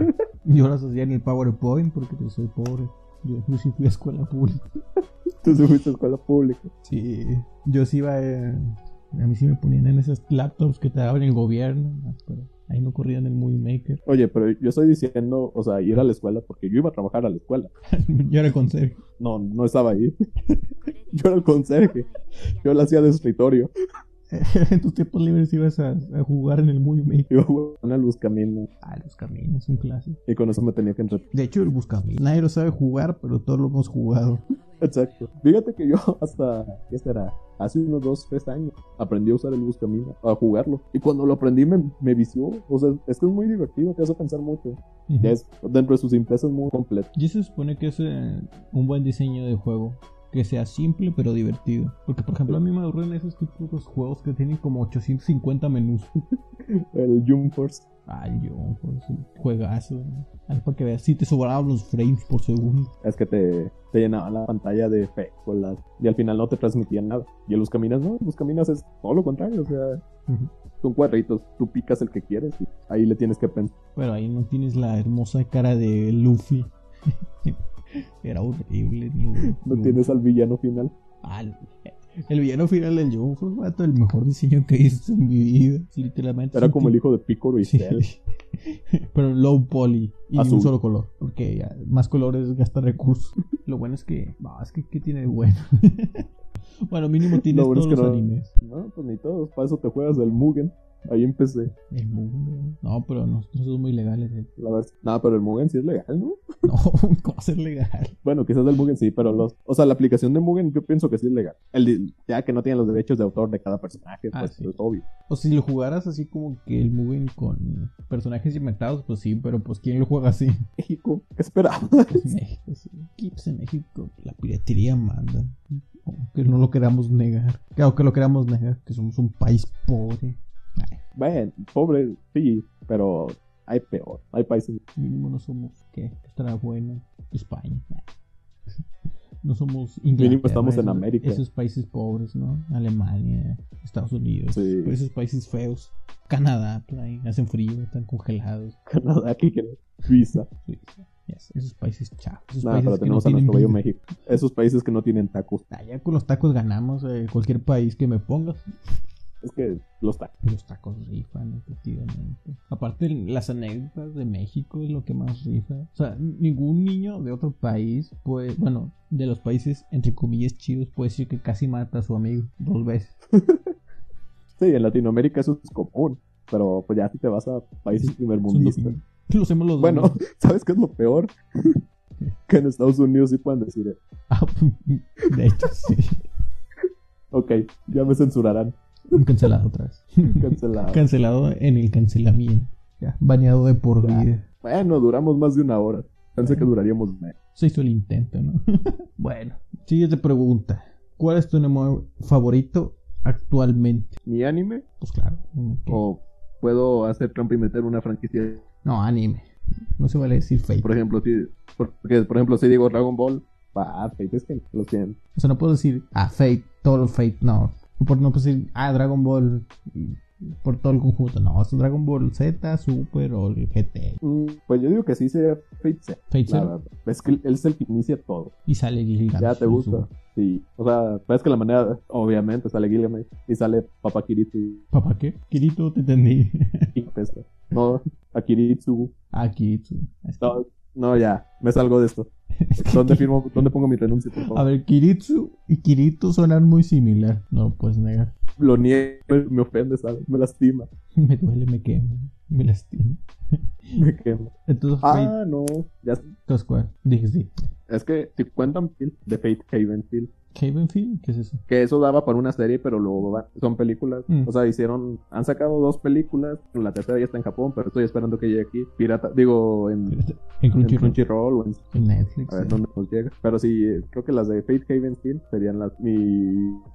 *laughs* Yo las hacía en el PowerPoint porque pues, soy pobre. Yo, yo sí fui a escuela pública. Tú subiste a escuela pública. Sí, yo sí iba. eh, a mí sí me ponían en esas laptops que te daban el gobierno, ¿no? pero ahí no corrían el Movie Maker. *laughs* Oye, pero yo estoy diciendo, o sea, ir a la escuela porque yo iba a trabajar a la escuela. Yo era conserje. No, no estaba ahí. *laughs* yo era el conserje. Yo la hacía de escritorio. *laughs* en tus tiempos libres ibas a, a jugar en el Movie Maker. Yo jugaba en el buscamino Ah, los caminos, un clásico. y con eso me tenía que entretener. De hecho, el buscaminos. Nadie lo sabe jugar, pero todos lo hemos jugado. Exacto. Fíjate que yo *laughs* hasta, ¿qué será? Hace unos dos, tres años aprendí a usar el buscamino, a jugarlo. Y cuando lo aprendí me, me vició. O sea, es que es muy divertido, te hace pensar mucho. *laughs* Ya es, dentro de sus simplezas es muy completo. Y se supone que es eh, un buen diseño de juego. Que sea simple pero divertido. Porque, por ejemplo, a mí me aburren esos tipos de juegos que tienen como 850 menús. El Jump Force. Ay, yo, pues, un juegazo. ¿no? Ay, para que veas, si te sobraban los frames por segundo. Es que te, te llenaba la pantalla de fe con las, y al final no te transmitían nada. Y el Buscaminas no, el Buscaminas es todo lo contrario, o sea, Ujú. son cuadritos, tú picas el que quieres y ahí le tienes que pensar. Pero ahí no tienes la hermosa cara de Luffy. *laughs* Era horrible, ni un- ni No un- tienes al villano final. Ah, el- el villano final del John fue vato, el mejor diseño que hice en mi vida. Literalmente. Era es un como el tipo- hijo de Piccolo y Sí. *laughs* Cell. Pero low poly y un Azul. solo color. Porque ya, más colores gasta recursos. Lo bueno es que. No, es que ¿qué tiene de bueno? *laughs* bueno, mínimo tienes bueno es todos que los no- animes. No, pues ni todos, para eso te juegas el Mugen. Ahí empecé. El mundo. No, pero nosotros somos muy legales. eh. *laughs* La verdad, nada, pero el Mugen sí es legal, ¿no? No, *laughs* ¿cómo va a ser legal? Bueno, quizás el Mugen sí, pero los. O sea, la aplicación de Mugen yo pienso que sí es legal. El, di- ya que no tienen los derechos de autor de cada personaje, Ah, pues sí. es obvio. O si lo jugaras así como que el Mugen con personajes inventados, pues sí, pero pues ¿quién lo juega así? *laughs* México, ¿qué esperaba? *laughs* Pues México, sí. Aquí, pues, en México la piratería manda. Aunque no lo queramos negar. Claro que lo queramos negar, que somos un país pobre. Ay, Bueno, pobre, sí, pero hay peor. Hay países. mínimo no somos, ¿qué? Estará bueno. España. *laughs* Ay. No somos Inglaterra. Mínimo estamos en esos- América. Esos países pobres, ¿no? Alemania, Estados Unidos. Sí. Esos países feos. Canadá, por ahí, hacen frío, están congelados. Canadá que quiere Suiza. Suiza, yes, Esos países chavos. Esos Nada, países pero que no tenemos a tienen nuestro bello vida. México. Esos países que no tienen tacos. Allá con los tacos ganamos eh, cualquier país que me pongas. Es que los tacos. Y Los tacos rifan, efectivamente. Aparte, las anécdotas de México es lo que más rifa. O sea, ningún niño de otro país puede, bueno, de los países entre comillas chidos, puede decir que casi mata a su amigo dos veces. Sí, en Latinoamérica eso es común. Pero pues ya si te vas a países Es un primermundistas. documental. Lo hacemos los dos, Bueno, ¿no? *laughs* ¿sabes qué es lo peor? *laughs* Que en Estados Unidos sí pueden decir, eh, *laughs* Ah, *laughs* de hecho, sí. ok, ya me censurarán. *laughs* Un cancelado otra vez. Cancelado. Cancelado en el cancelamiento. Ya, baneado de por Ya. vida. Bueno, duramos más de una hora. Pensé que duraríamos menos. Se hizo el intento, ¿no? *laughs* bueno, siguiente pregunta. ¿Cuál es tu anime favorito actualmente? ¿Mi anime? Pues claro. uno que- O puedo hacer trampa y meter una franquicia. No, anime. No se vale decir fake. Por ejemplo, si, porque, por ejemplo, si digo Dragon Ball, pa, Fate es que lo siento. O sea, no puedo decir, ah, Fate, todo el Fate, no. No puedo no puedo decir, ah, Dragon Ball, por todo el conjunto, no. Es Dragon Ball Z, Super o el GT. Mm, Pues yo digo que sí sería Fate Zero, Fate la Zero. verdad. Es que él es el que inicia todo. Y sale Gilgamesh. Ya te en gusta. su- Sí. O sea, pues que la manera, obviamente, sale Gilgamesh y sale Papa Kiriti ¿Papá qué? Kirito, te entendí. y pesca. No, a Kiritsu. ah, Kirito. Es que- No, no, ya, me salgo *laughs* de esto. ¿Dónde firmo, dónde pongo mi renuncia, por A favor? ver, Kiritsu y Kirito sonan muy similar. No lo puedes negar. *laughs* Lo niego, me ofende, ¿sabes? Me lastima, Me duele, me quema, me lastima. me quemo. Entonces, Fate, Ah, no, ya sé. entonces, ¿cuál? Dije sí. Es que si cuentan Field, de Fate Havenfield, Havenfield, ¿qué es eso? *laughs* que eso daba para una serie, pero luego va- son películas. Mm. O sea, hicieron, han sacado dos películas, la tercera ya está en Japón, pero estoy esperando que llegue aquí. Pirata, digo, en, En en Crunchyroll. Crunchyroll o en En Netflix. A ver eh. dónde nos llega. Pero sí, eh, creo que las de Fate Haven Steel serían las mi.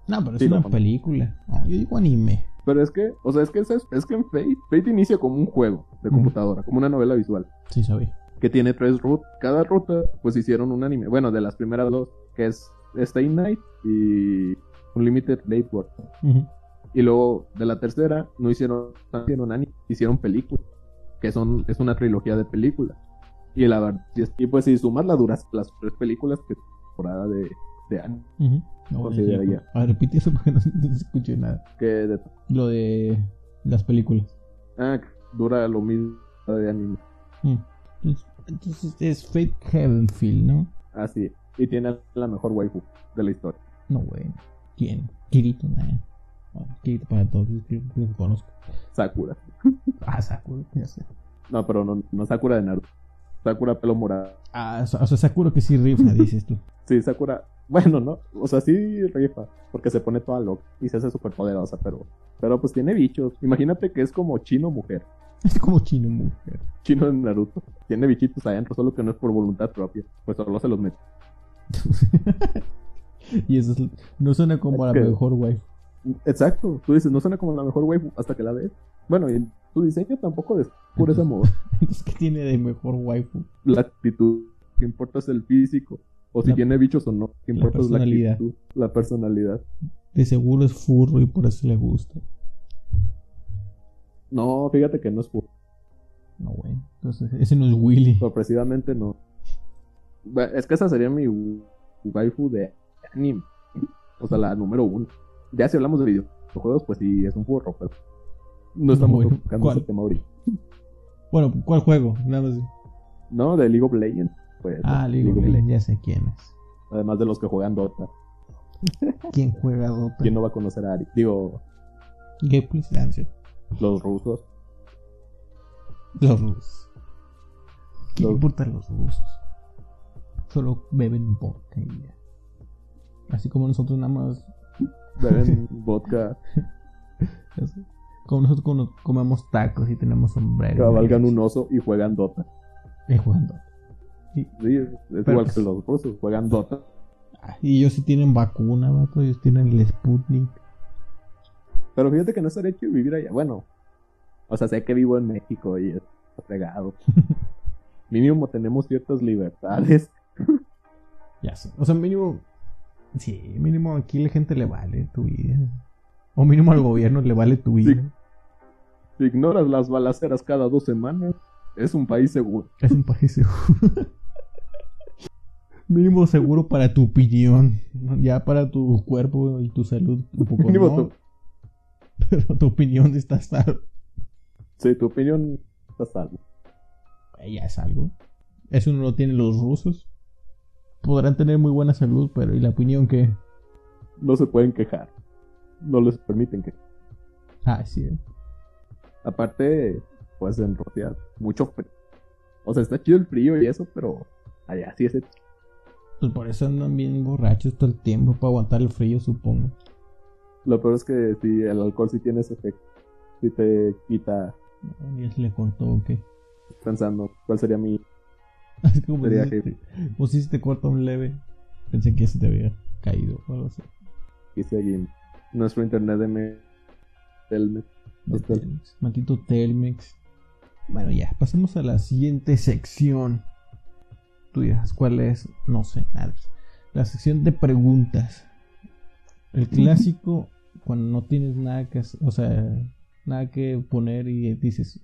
No, pero es Sí, lo una pone. película. No, yo digo anime. Pero es que, o sea, es que es, eso, es que en Fate, Fate inicia como un juego de Ujú. computadora, como una novela visual, Sí, sabía. que tiene tres rutas. Cada ruta, pues hicieron un anime. Bueno, de las primeras dos, que es Stay Night y Unlimited Late World. Ujú. Y luego de la tercera, no hicieron, no hicieron anime, hicieron películas, que son, es una trilogía de películas. Y la verdad, y es- y pues si sumas la duración, las tres películas que temporada de, de anime, Ujú. No, bueno, Considera sí, ya. A ver, repite eso *laughs* porque no, no escuché nada. que de Lo de las películas. Ah, dura lo mismo de anime. Mm. Entonces- Entonces es Fate Heavenfield, ¿no? Así es. Y tiene la mejor waifu de la historia. No, bueno. ¿Quién? Kirito, nada. Bueno, Kirito para todos los que los que conozco. Sakura. Ah, Sakura, ya sé. No, pero no, no Sakura de Naruto. Sakura pelo morado. Ah, o sea, o sea, Sakura que sí *laughs* rifa, dices tú. Sí, Sakura. Bueno, ¿no? O sea, sí rifa. Porque se pone toda loca y se hace súper poderosa, pero. Pero pues tiene bichos. Imagínate que es como chino mujer. Es como chino mujer. Chino de Naruto. Tiene bichitos adentro, solo que no es por voluntad propia. Pues solo se los mete. y eso es- no suena como Es la que- mejor waifu. *laughs* Exacto. Tú dices, no suena como la mejor waifu hasta que la ves. Bueno, y tu diseño tampoco es por ese amor. Entonces, ¿qué tiene de mejor waifu? la actitud. Lo que importa es el físico. O si La- tiene bichos o no. Lo que la importa es la personalidad. actitud, la personalidad. De seguro es furro y por eso le gusta. No, fíjate que no es fu- No, bueno. Entonces, ese no es Willy. Sorpresivamente no. Ba- Es que esa sería mi wu- waifu de anime. O sea, la número uno. Ya si hablamos de videojuegos, pues sí, es un burro, pero no estamos Bueno, tocando ¿cuál? ese tema ahorita. Bueno, ¿cuál juego? Nada más. No, de League of Legends. Pues, Ah, League of Legends, ya sé quién es. Además de los que juegan Dota. ¿Quién juega Dota? ah, ¿Quién no va a conocer a Ari? Digo, Gay Please Dance. los rusos. Los rusos. ¿Qué Los- importan los rusos? Solo beben vodka y ya. Así como nosotros nada más. *laughs* Beben vodka, así, Como nosotros cono- comemos tacos y tenemos sombrero. cabalgan un oso y juegan Dota. Y juegan Dota. Sí, es es Pero igual pues- que los rusos, juegan Dota. Ah, Y ellos sí tienen vacuna, vato. Ellos tienen el Sputnik. Pero fíjate que no estaría hecho vivir allá. Bueno, o sea, sé que vivo en México y es *laughs* fregado. Mínimo tenemos ciertas libertades. Ya sé. O sea, mínimo. Sí, mínimo aquí la gente le vale tu vida. O mínimo al gobierno le vale tu vida. Si ignoras las balaceras cada dos semanas, es un país seguro. Es un país seguro. mínimo seguro para tu opinión. Ya para tu cuerpo y tu salud. Un poco Mínimo Pues no, tu- Pero tu opinión está estar. Sí, tu opinión está salvo. Pues, Ya es algo. Eso no lo tienen los rusos. Podrán tener muy buena salud, pero ¿y la opinión que No se pueden quejar. No les permiten que. Ah, sí. Aparte, pues en Rusia, mucho frío. O sea, está chido el frío y eso, pero allá sí es. Pues por eso andan bien borrachos todo el tiempo para aguantar el frío, supongo. Lo peor es que si el alcohol sí tiene ese efecto. Si te quita No, ya se le cortó, ok. pensando cuál sería mi *laughs* Es como Sería si, que- te- como si se te corta un leve. Pensé que ya se te había caído o algo así. y seguimos. Nuestro internet de me- del me- de Hasta el- Telmex. Maldito Telmex. Bueno, ya, pasemos a la siguiente sección. Tú dirás, ¿cuál es? No sé, nada. La sección de preguntas. El clásico, cuando no tienes nada que hacer, o sea, nada que poner y dices,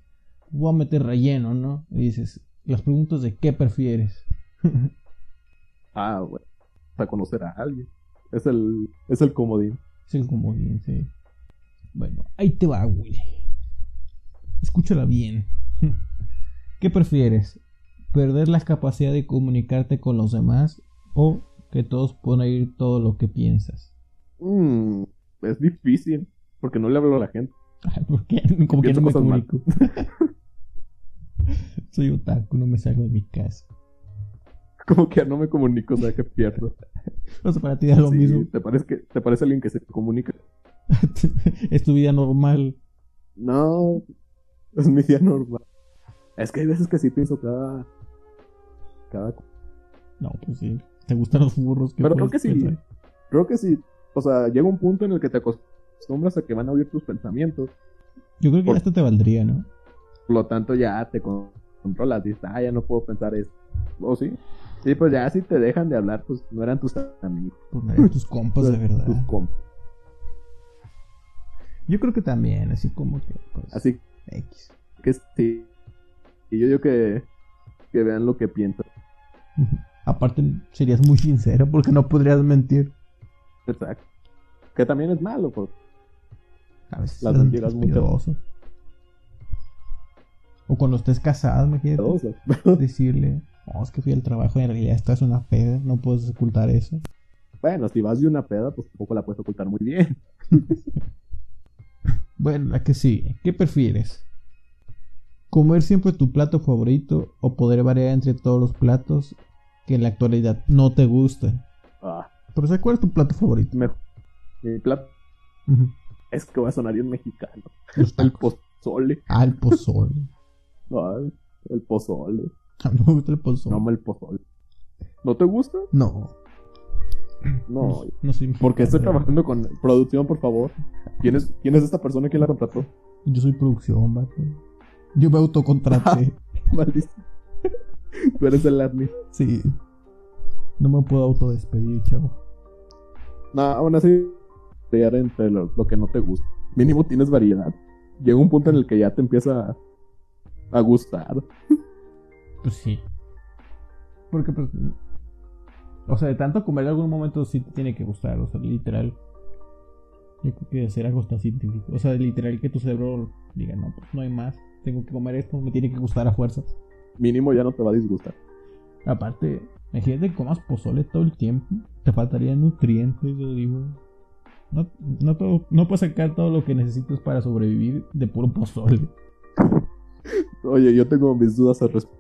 voy a meter relleno, ¿no? Y dices, las preguntas de qué prefieres. Ah, bueno. Para conocer a alguien. Es el, es el comodín. Es el comodín, sí. Bueno, ahí te va, Willy. Escúchala bien. *laughs* ¿Qué prefieres? ¿Perder la capacidad de comunicarte con los demás o que todos puedan oír todo lo que piensas? *laughs* Mm, es difícil. Porque no le hablo a la gente. *laughs* Ay, ¿Por qué? Como que Pienso no me cosas mal. comunico. *laughs* Soy otaku, no me salgo de mi casa. Como que no me comunico, o sea que pierdo. O sea, para ti da *laughs* lo Sí, mismo. *laughs* ¿Te parece, que, ¿Te parece alguien que se comunica? es tu vida normal. No, es mi día normal. Es que hay veces que sí pienso cada. cada cu- No, pues sí. ¿Te gustan los burros? ¿Qué Pero creo puedes que sí. pensar? Creo que sí. O sea, llega un punto en el que te acostumbras a que van a oír tus pensamientos. Yo creo que Por- hasta te valdría, ¿no? Por lo tanto, ya te con- controlas. Dices, ah, ya no puedo pensar esto. ¿O sí? Sí, pues ya si te dejan de hablar, pues no eran tus amigos. Pues no eran *laughs* tus compas de eran verdad. Tus compas. Yo creo que también, así como que. pues, Así X. que sí. Y yo digo que. que vean lo que piensan. Ujú. Aparte, serías muy sincero porque no podrías mentir. Exacto. Que también es malo, pues. A veces Las eres mentiras muy mentiroso. O cuando estés casado, imagínate. todos, ¿no? Decirle, oh, es que fui al trabajo y en realidad estás una peda, no puedes ocultar eso. Bueno, si vas de una peda, pues tampoco la puedes ocultar muy bien. Bueno, la que sigue. ¿Qué prefieres? ¿Comer siempre tu plato favorito o poder variar entre todos los platos que en la actualidad no te gustan? Ah, Pero ¿sabes cuál es tu plato favorito? mejor. Mi plato Ujú. es que va a sonar bien mexicano. Los *laughs* El tacos. pozole. Ah, el pozole. *laughs* Ah, el pozole. A mí no me gusta el pozole. No me el pozole. ¿No te gusta? No. No. no soy mexicano. Porque estoy trabajando con producción, por favor. ¿Quién es, quién es esta persona que la contrató? *laughs* Yo soy producción, vato. Yo me *laughs* autocontraté. Maldito. *laughs* Tú eres el admin. sí. No me puedo autodespedir, chavo. No, aún así, variar entre lo, lo que no te gusta. Mínimo tienes variedad. Llega un punto en el que ya te empieza a, a gustar. Pues sí. Porque, pues. O sea, de tanto comer en algún momento sí te tiene que gustar, o sea, literal. Yo creo que hacer algo está científico. O sea, literal que tu cerebro diga, no, pues no hay más. Tengo que comer esto, me tiene que gustar a fuerzas. Mínimo ya no te va a disgustar. Aparte, imagínate que comas pozole todo el tiempo. Te faltarían nutrientes, yo digo. No, no, todo- no puedes sacar todo lo que necesitas para sobrevivir de puro pozole. Oye, yo tengo mis dudas al respecto.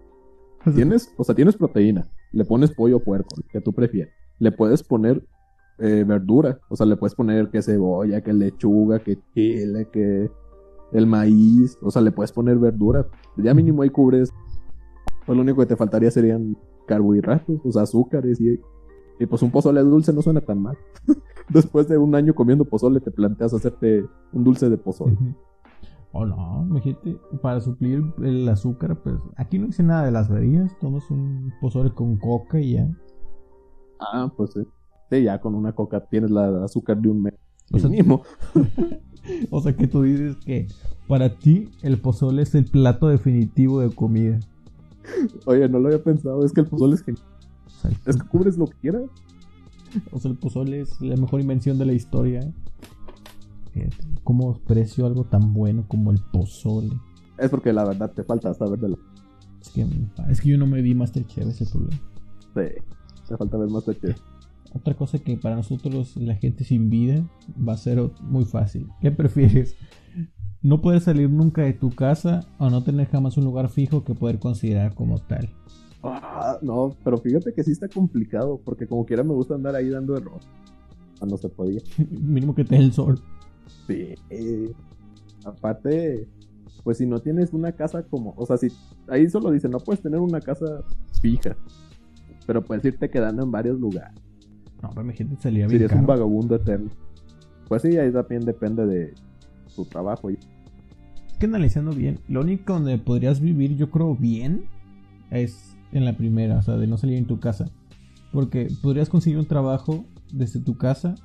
Tienes, o sea, tienes proteína. Le pones pollo o puerco, el que tú prefieras. Le puedes poner eh, verdura. O sea, le puedes poner que cebolla, que lechuga, que chile, que el maíz. O sea, le puedes poner verdura. Ya mínimo ahí cubres. Pues lo único que te faltaría serían carbohidratos, o sea, azúcares y, y pues un pozole dulce no suena tan mal. *laughs* Después de un año comiendo pozole te planteas hacerte un dulce de pozole. O Oh, no, imagínate, para suplir el azúcar, pues aquí no dice nada de las bebidas. Tomas un pozole con coca y ya. Ah, pues sí. Sí, ya con una coca tienes la azúcar de un mes. O *laughs* sea, El mismo. O sea que tú dices que para ti el pozole es el plato definitivo de comida. Oye, no lo había pensado. Es que el pozole es genial. O sea, el- Es que cubres lo que quieras. O sea, el pozole es la mejor invención de la historia. ¿eh? Fíjate, ¿Cómo desprecio algo tan bueno como el pozole? Es porque la verdad te falta saber de la. Es que, es que yo no me vi Masterchef, ese es el problema. Sí. Te falta ver más de que. Otra cosa que para nosotros, la gente sin vida, va a ser o- muy fácil. ¿Qué prefieres? ¿No poder salir nunca de tu casa o no tener jamás un lugar fijo que poder considerar como tal? *laughs* Ah, no, pero fíjate que sí está complicado. Porque como quiera me gusta andar ahí dando error. Cuando se podía. Mínimo que te dé el sol. Sí. eh, Aparte, pues si no tienes una casa como. O sea, si. Ahí solo dice, no puedes tener una casa fija. Pero puedes irte quedando en varios lugares. No, pero mi gente salía bien Serías un caro. vagabundo eterno. Pues sí, ahí también depende de tu trabajo. y- que analizando bien, lo único donde podrías vivir, yo creo, bien es en la primera, o sea, de no salir en tu casa. Porque podrías conseguir un trabajo desde tu casa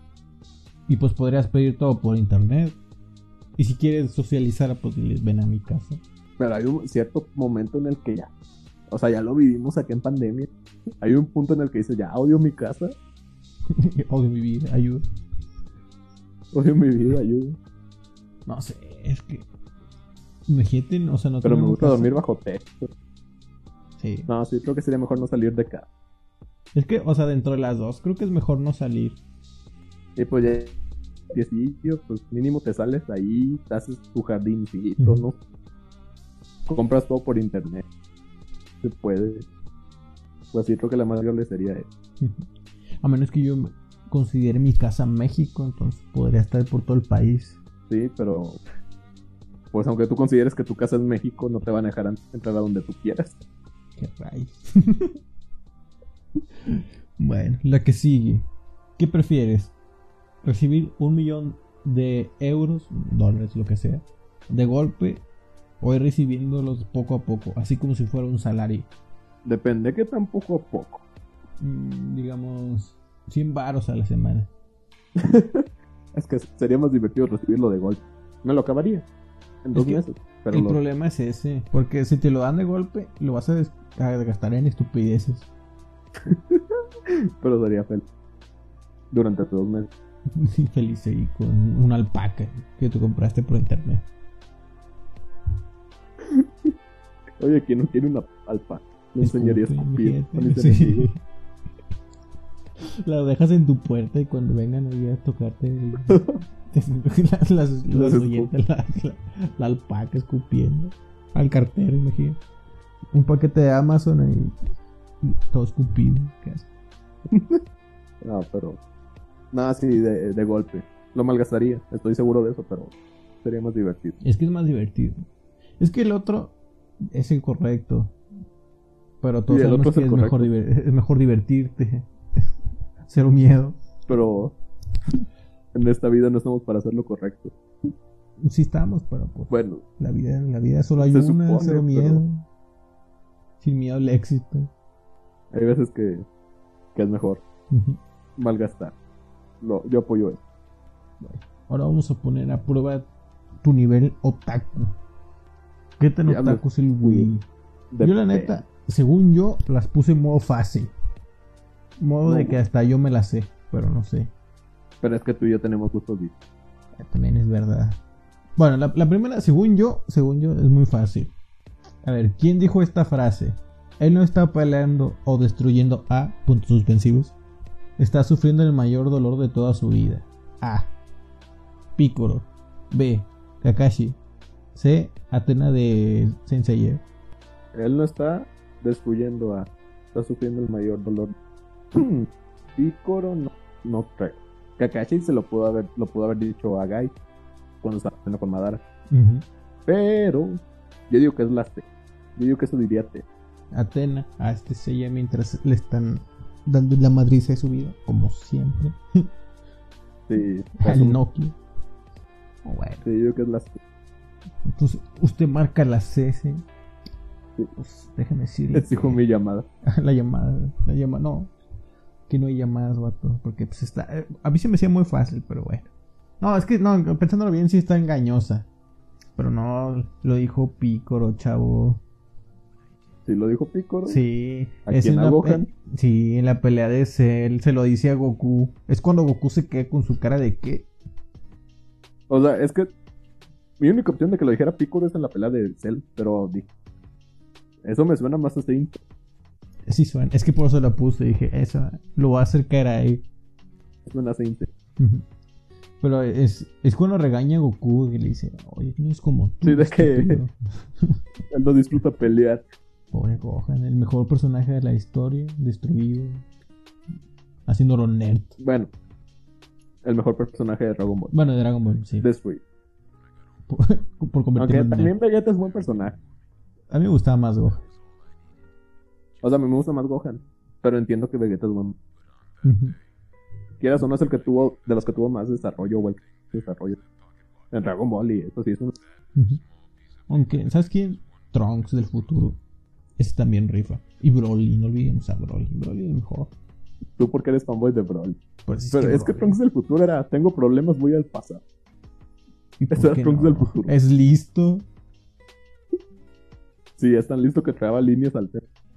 y pues podrías pedir todo por internet. Y si quieres socializar, pues diles, ven a mi casa. *laughs* Pero hay un cierto momento en el que ya, o sea, ya lo vivimos aquí en pandemia. Hay un punto en el que dices, ya odio mi casa, Odio vivir, ayuda. odio mi *laughs* vida, ayuda. No sé, es que. Imagínate, no, o sea, no Pero me tenemos gusta casa. dormir bajo techo. Sí. No, sí, creo que sería mejor no salir de casa. Es que, o sea, dentro de las dos, creo que es mejor no salir. Y pues ya, diecillo, pues mínimo te sales ahí, te haces tu jardincito, Ujú. ¿no? Compras todo por internet. Se puede. Pues sí, creo que la más viable sería eso. A menos que yo considere mi casa México, entonces podría estar por todo el país. Sí, pero. Pues aunque tú consideres que tu casa es México, no te van a dejar an- entrar a donde tú quieras. Qué rayos. *laughs* bueno, la que sigue. ¿Qué prefieres? ¿Recibir un millón de euros, dólares, lo que sea, de golpe o ir recibiéndolos poco a poco, así como si fuera un salario? Depende que tan poco a poco. Mm, digamos, 100 baros a la semana. Es que sería más divertido recibirlo de golpe. Me lo acabaría. En dos que meses. Pero el lo- problema es ese, porque si te lo dan de golpe, lo vas a, des- a gastar en estupideces. pero sería feliz. Durante dos meses. *laughs* Infeliz ahí con una alpaca que tú compraste por internet. Oye, ¿quién no quiere una alpaca? Le enseñaría a Escupe, escupir a mis imagínate, sí. enemigos. La dejas en tu puerta y cuando vengan ahí a tocarte el- te- las, las, los escupe. oyentes, la, la- la alpaca escupiendo al cartero, imagínate. Un paquete de Amazon ahí todo escupido. ¿qué haces? No, pero. Nada, sí, de, de golpe. Lo malgastaría, estoy seguro de eso, pero sería más divertido. Es que es más divertido. Es que el otro es el correcto. Pero todos Sí, el sabemos otro es que el es mejor, diver- es mejor divertirte. *laughs* Cero miedo. Pero. En esta vida no estamos para hacer lo correcto. Sí estamos, pero pues Bueno, la vida, la vida solo hay Se una, supone, cero pero- miedo. Sin miedo al éxito. hay veces que, que es mejor malgastar. Lo, yo apoyo eso. Ahora vamos a poner a prueba tu nivel otaku. ¿Qué tan Diablo. otaku es el güey? De yo la pe- neta, según yo, las puse en modo fácil. Modo de No. que hasta yo me las sé, pero no sé. Pero es que tú y yo tenemos gustos distintos. También es verdad. Bueno, la, la primera, según yo, según yo, es muy fácil. A ver, ¿quién dijo esta frase? Él no está peleando o destruyendo a puntos suspensivos. Está sufriendo el mayor dolor de toda su vida. A. Picoro. B. Kakashi. C. Atena de Sensei. Él no está destruyendo a. Está sufriendo el mayor dolor. *clears throat* Picoro no, no creo. Kakashi se lo pudo haber, lo pudo haber dicho a Gai cuando estaba haciendo con Madara. Pero yo digo que es la T. Yo digo que eso diría T. Atena a este Seiya mientras le están dando la madriza de su vida, como siempre. Sí, Al es Pues un- Nokia. Bueno. sí, yo digo que es la *laughs* T. Entonces, usted marca la CS. Sí. Pues, déjeme decirle. Les dijo que- *laughs* mi llamada. La llamada. La llamada. No. Que no hay llamadas, vato. Porque pues está. eh, A mí se me hacía muy fácil, pero bueno. No, es que no, pensándolo bien, sí está engañosa. Pero no, lo dijo Pícoro, chavo. Sí, lo dijo Picoro. Sí. ¿A quién, en a la pe- Gohan? Sí, en la pelea de Cell se lo dice a Goku. Es cuando Goku se queda con su cara de qué. O sea, es que mi única opción de que lo dijera Picoro es en la pelea de Cell, pero di- eso me suena más a Stein. Sí suena. Es que por eso la puse. Dije, eso lo va a hacer caer ahí. Suena a Saint. Ujú. Pero es, es cuando regaña a Goku y le dice, oye, no es como tú. Sí, de que- estúpido". Él no disfruta pelear. Pobre Gohan, el mejor personaje de la historia, destruido, haciéndolo nerd. Bueno, el mejor personaje de Dragon Ball. Bueno, de Dragon Ball, sí. Destruir. Por, *laughs* por Aunque convertirlo en también nerd. Vegeta es buen personaje. A mí me gustaba más Gohan. O sea, a mí me gusta más Gohan. Pero entiendo que Vegeta es buen. Ujú. Quieras o no es el que tuvo, de los que tuvo más desarrollo o el que desarrollo en Dragon Ball y eso sí es un Ujú. Aunque, ¿sabes quién? Trunks del futuro. Ese también rifa. Y Broly, no olvidemos a Broly. Broly es el mejor. Tú porque eres fanboy de Broly. Pues es Pero es que Broly- Trunks del futuro era, tengo problemas, voy al pasado. ¿y por ese era qué Trunks del futuro. Es listo. Sí, es tan listo que traeba líneas al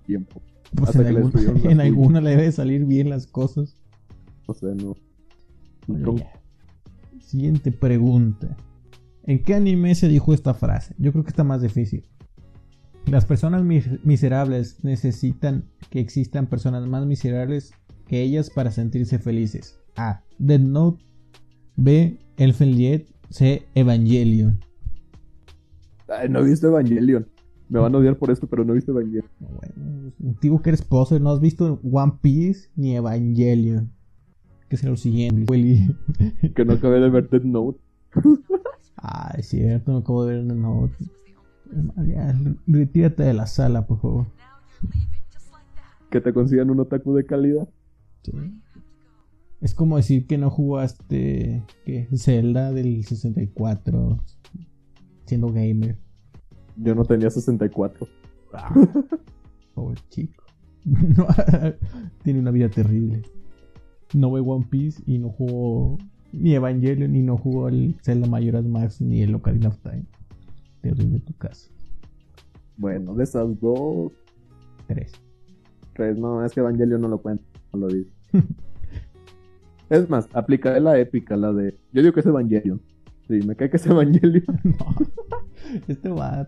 tiempo. Pues Hasta en, que le alguna, destruyeron *laughs* la en pila. alguna le debe salir bien las cosas. O sea, no. Vale, Trunks- ya. Siguiente pregunta. ¿En qué anime se dijo esta frase? Yo creo que está más difícil. Las personas mis- miserables necesitan que existan personas más miserables que ellas para sentirse felices. A. Dead Note. B. Elfenlied. C. Evangelion. Ay, no viste Evangelion. Me van a odiar por esto, pero no viste Evangelion. No, Bueno, pues, digo que eres poser, no has visto One Piece ni Evangelion. Que será lo siguiente. Willy. Que no acabé de ver Death Note. Ah, es cierto, no acabo de ver una nota. Ya, retírate de la sala, por favor. Que te consigan un otaku de calidad. Sí. Es como decir que no jugaste ¿qué? Zelda del 64 siendo gamer. Yo no tenía 64. Ah, pobre chico. *laughs* No, tiene una vida terrible. No ve One Piece y no jugó ni Evangelion, ni no jugó el Zelda Majora's Max, ni el Ocarina of Time. Terrible tu caso. Bueno, de esas dos, Tres. tres. No, es que Evangelion no lo cuenta. No *laughs* lo dice. es más, aplicaré la épica, la de. Yo digo que es Evangelion. Sí, me cae que es Evangelion. *laughs* No. *laughs* Este va.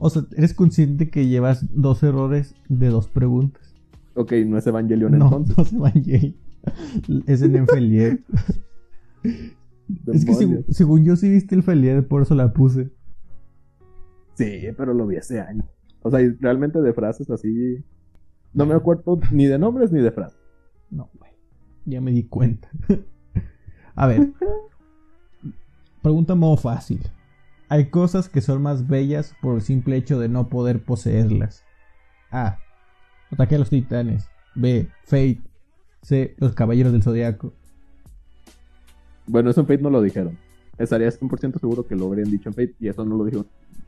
O sea, ¿eres consciente que llevas dos errores de dos preguntas? ok, no es Evangelion No, entonces. no se van Jay. Es en el Felier. *laughs* es que segu- Demonios. según yo sí viste el Felier, por eso la puse. Sí, pero lo vi hace años. O sea, y realmente de frases así. No me acuerdo ni de nombres ni de frases. No, güey. Ya me di cuenta. *laughs* A ver. Pregunta modo fácil. Hay cosas que son más bellas por el simple hecho de no poder poseerlas. A. Ataque a los titanes. B. Fate. C. Los caballeros del zodiaco. Bueno, eso en Fate no lo dijeron. Estaría 100% seguro que lo habrían dicho en Fate y eso no lo dijeron.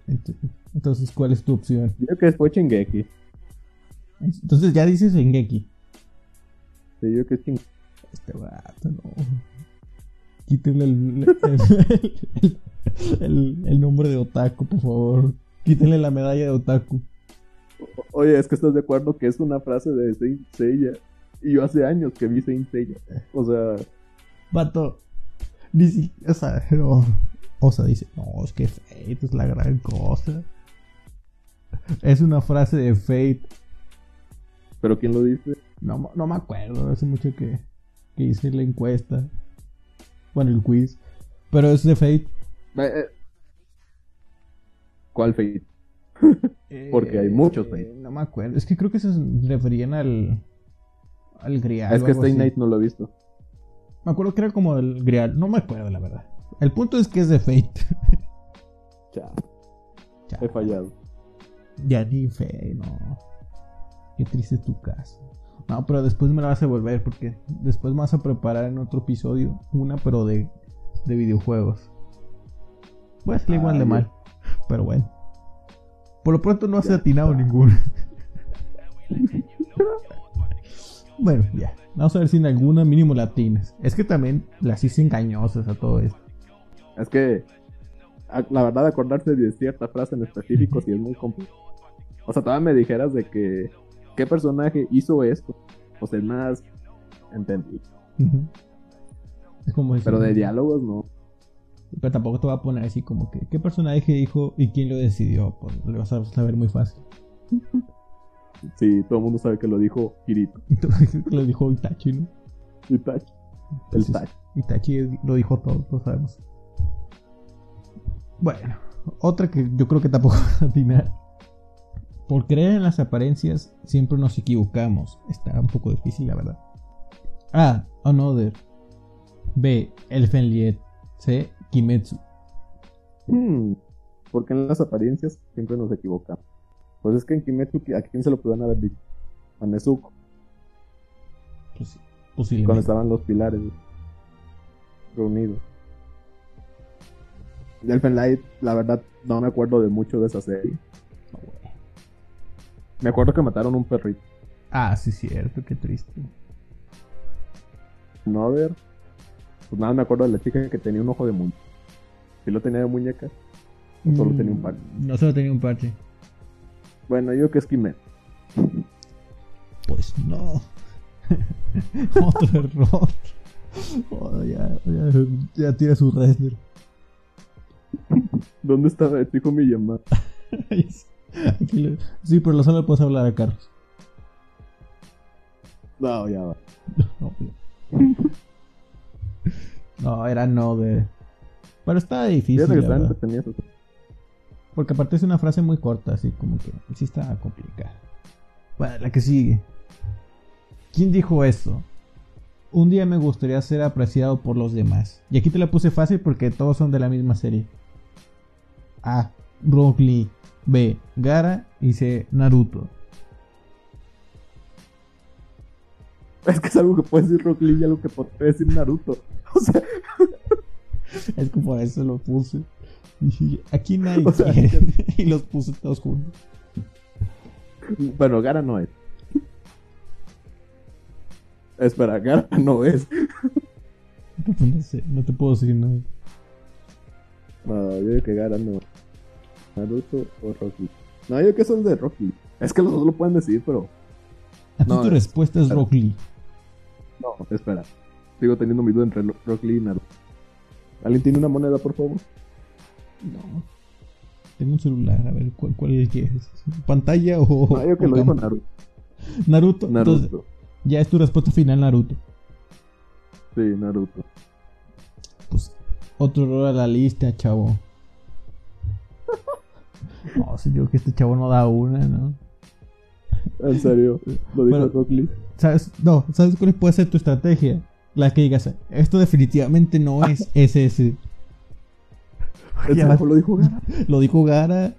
Ent- Entonces, ¿cuál es tu opción? Yo creo que fue Chingeki. Entonces ya dices Engeki. Sí, yo creo que es Chingeki. Este vato, no. Quítenle el, el, el- el- el nombre de Otaku, por favor. Quítenle la medalla de Otaku. O- Oye, es que estás de acuerdo que es una frase de Saint Seiya. Y yo hace años que vi Saint Seiya. O sea, Vato. Ni si- o sea, no. O sea, dice, no, es que Fate es la gran cosa. Es una frase de Fate. pero ¿quién lo dice? No, mo- no me acuerdo, hace mucho que, que hice la encuesta. Bueno, el quiz. Pero es de Fate. Eh, eh. ¿Cuál Fate? Porque hay Eh, muchos, güey. No me acuerdo. Es que creo que se referían al. Al Grial. es o que algo Stay así. Night no lo he visto. Me acuerdo que era como el Grial. No me acuerdo, la verdad. El punto es que es de Fate. *laughs* Chao, Ya, he fallado. ya ni fe, no. Qué triste es tu caso. No, pero después me la vas a devolver porque después me vas a preparar en otro episodio una, pero de, de videojuegos. Voy a salir igual de Ay. mal, pero bueno. Por lo pronto no has Ya atinado está. ninguno. bueno, ya. Vamos a ver si en alguna mínimo la atinas. Es que también las hice engañosas a todo esto. Es que a- la verdad acordarse de cierta frase en específico sí es muy complicado. O sea, todavía me dijeras de que qué personaje hizo esto. O sea, más entendí. Ujú. Es como decir- Pero de diálogos no. Pero tampoco te va a poner así como que qué personaje dijo y quién lo decidió. Pues lo vas a saber muy fácil. *laughs* Sí, todo el mundo sabe que lo dijo Kirito. Entonces, *laughs* lo dijo Itachi, ¿no? Itachi. El Entonces, Tachi. Itachi es- lo dijo todo, lo sabemos. Bueno, otra que yo creo que tampoco *laughs* vas a atinar. Por creer en las apariencias, siempre nos equivocamos. Está un poco difícil, la verdad. A. Another. B. Elfenlied. C. Kimetsu. Hmm, Porque en las apariencias siempre nos equivocamos. Pues es que en Kimetsu, ¿a quién se lo pudieron haber dicho? A Nezuko, Pues, cuando posiblemente. estaban los pilares reunidos. Elfen Light, la verdad, no me acuerdo de mucho de esa serie. Me acuerdo que mataron un perrito. Ah, sí, cierto, qué triste. Another. Pues nada, me acuerdo de la chica que tenía un ojo de muñeca. Si lo tenía de muñeca. O solo Mm, tenía un parche. No solo tenía un parche. Bueno, yo creo que es Kimet. Pues no. *laughs* Otro error. Oh, ya, ya, ya tira su render. *laughs* ¿Dónde estaba el chico Miyama? Aquí le- Sí, pero lo solo le puedes hablar a Carlos. *laughs* No, ya va. No, *laughs* No, era no de. Pero está difícil. Fíjate que la estaba verdad. entretenida esa serie. Porque aparte es una frase muy corta, así como que sí está complicada. Bueno, la que sigue. ¿Quién dijo eso? Un día me gustaría ser apreciado por los demás. Y aquí te la puse fácil porque todos son de la misma serie. A. Rock Lee. B. Gara. Y C. Naruto. *laughs* Es que es algo que puede decir Rock Lee y algo que puede decir Naruto. O sea, Es que por eso lo puse. Y Aquí nadie *laughs* O sea, quiere. *laughs* Y los puse todos juntos. bueno, Gara no es. Espera, Gara *laughs* no es. No, sé, no te puedo decir nada. No, yo digo que Gara no. Naruto o Rocky. No, yo creo que son de Rocky. Es que los dos lo pueden decir, pero. A ti No, tu es- respuesta es Rock Lee. No, espera. Sigo teniendo mi duda entre Lo- Rock Lee y Naruto. ¿Alguien tiene una moneda, por favor? No. Tengo un celular, a ver, ¿cuál, cuál quieres? ¿Pantalla o.? No, Ah, yo que o lo dijo cámara? Naruto. Naruto. Entonces, Naruto. ya es tu respuesta final, Naruto. Sí, Naruto. Pues, otro error a la lista, *laughs* chavo. No, si digo que este chavo no da una, ¿no? En serio. Lo dijo Bueno. Rock Lee. ¿Sabes? No, ¿sabes cuál puede ser tu estrategia? La que digas, esto definitivamente no es *laughs* SS. ¿En Ya. serio lo dijo Gara? Lo dijo Gara,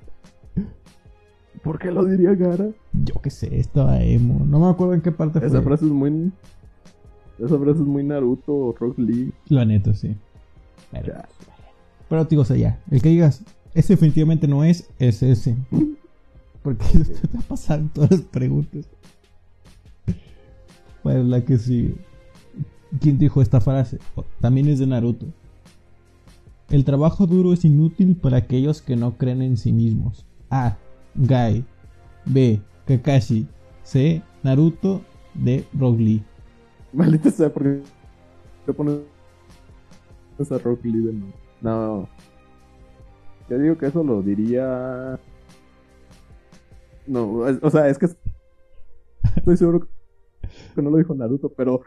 ¿Por qué lo diría Gara? yo qué sé, estaba emo. No me acuerdo en qué parte fue. Esa frase es muy. Esa frase es muy Naruto o Rock Lee. La neta, sí. Pero, Ya. pero te digo, o sea, ya. El que digas, ese definitivamente no es, es ese. *laughs* Porque *laughs* te está pasando todas las preguntas. Bueno, la que sigue. ¿Quién dijo esta frase? Oh, También es de Naruto. El trabajo duro es inútil para aquellos que no creen en sí mismos. A. Gai. B. Kakashi. C. Naruto. D. Rock Lee. *laughs* Maldita sea, porque te pones a Rock Lee de nuevo. No. Yo digo que eso lo diría. No, es- o sea, es que estoy seguro que no lo dijo Naruto, pero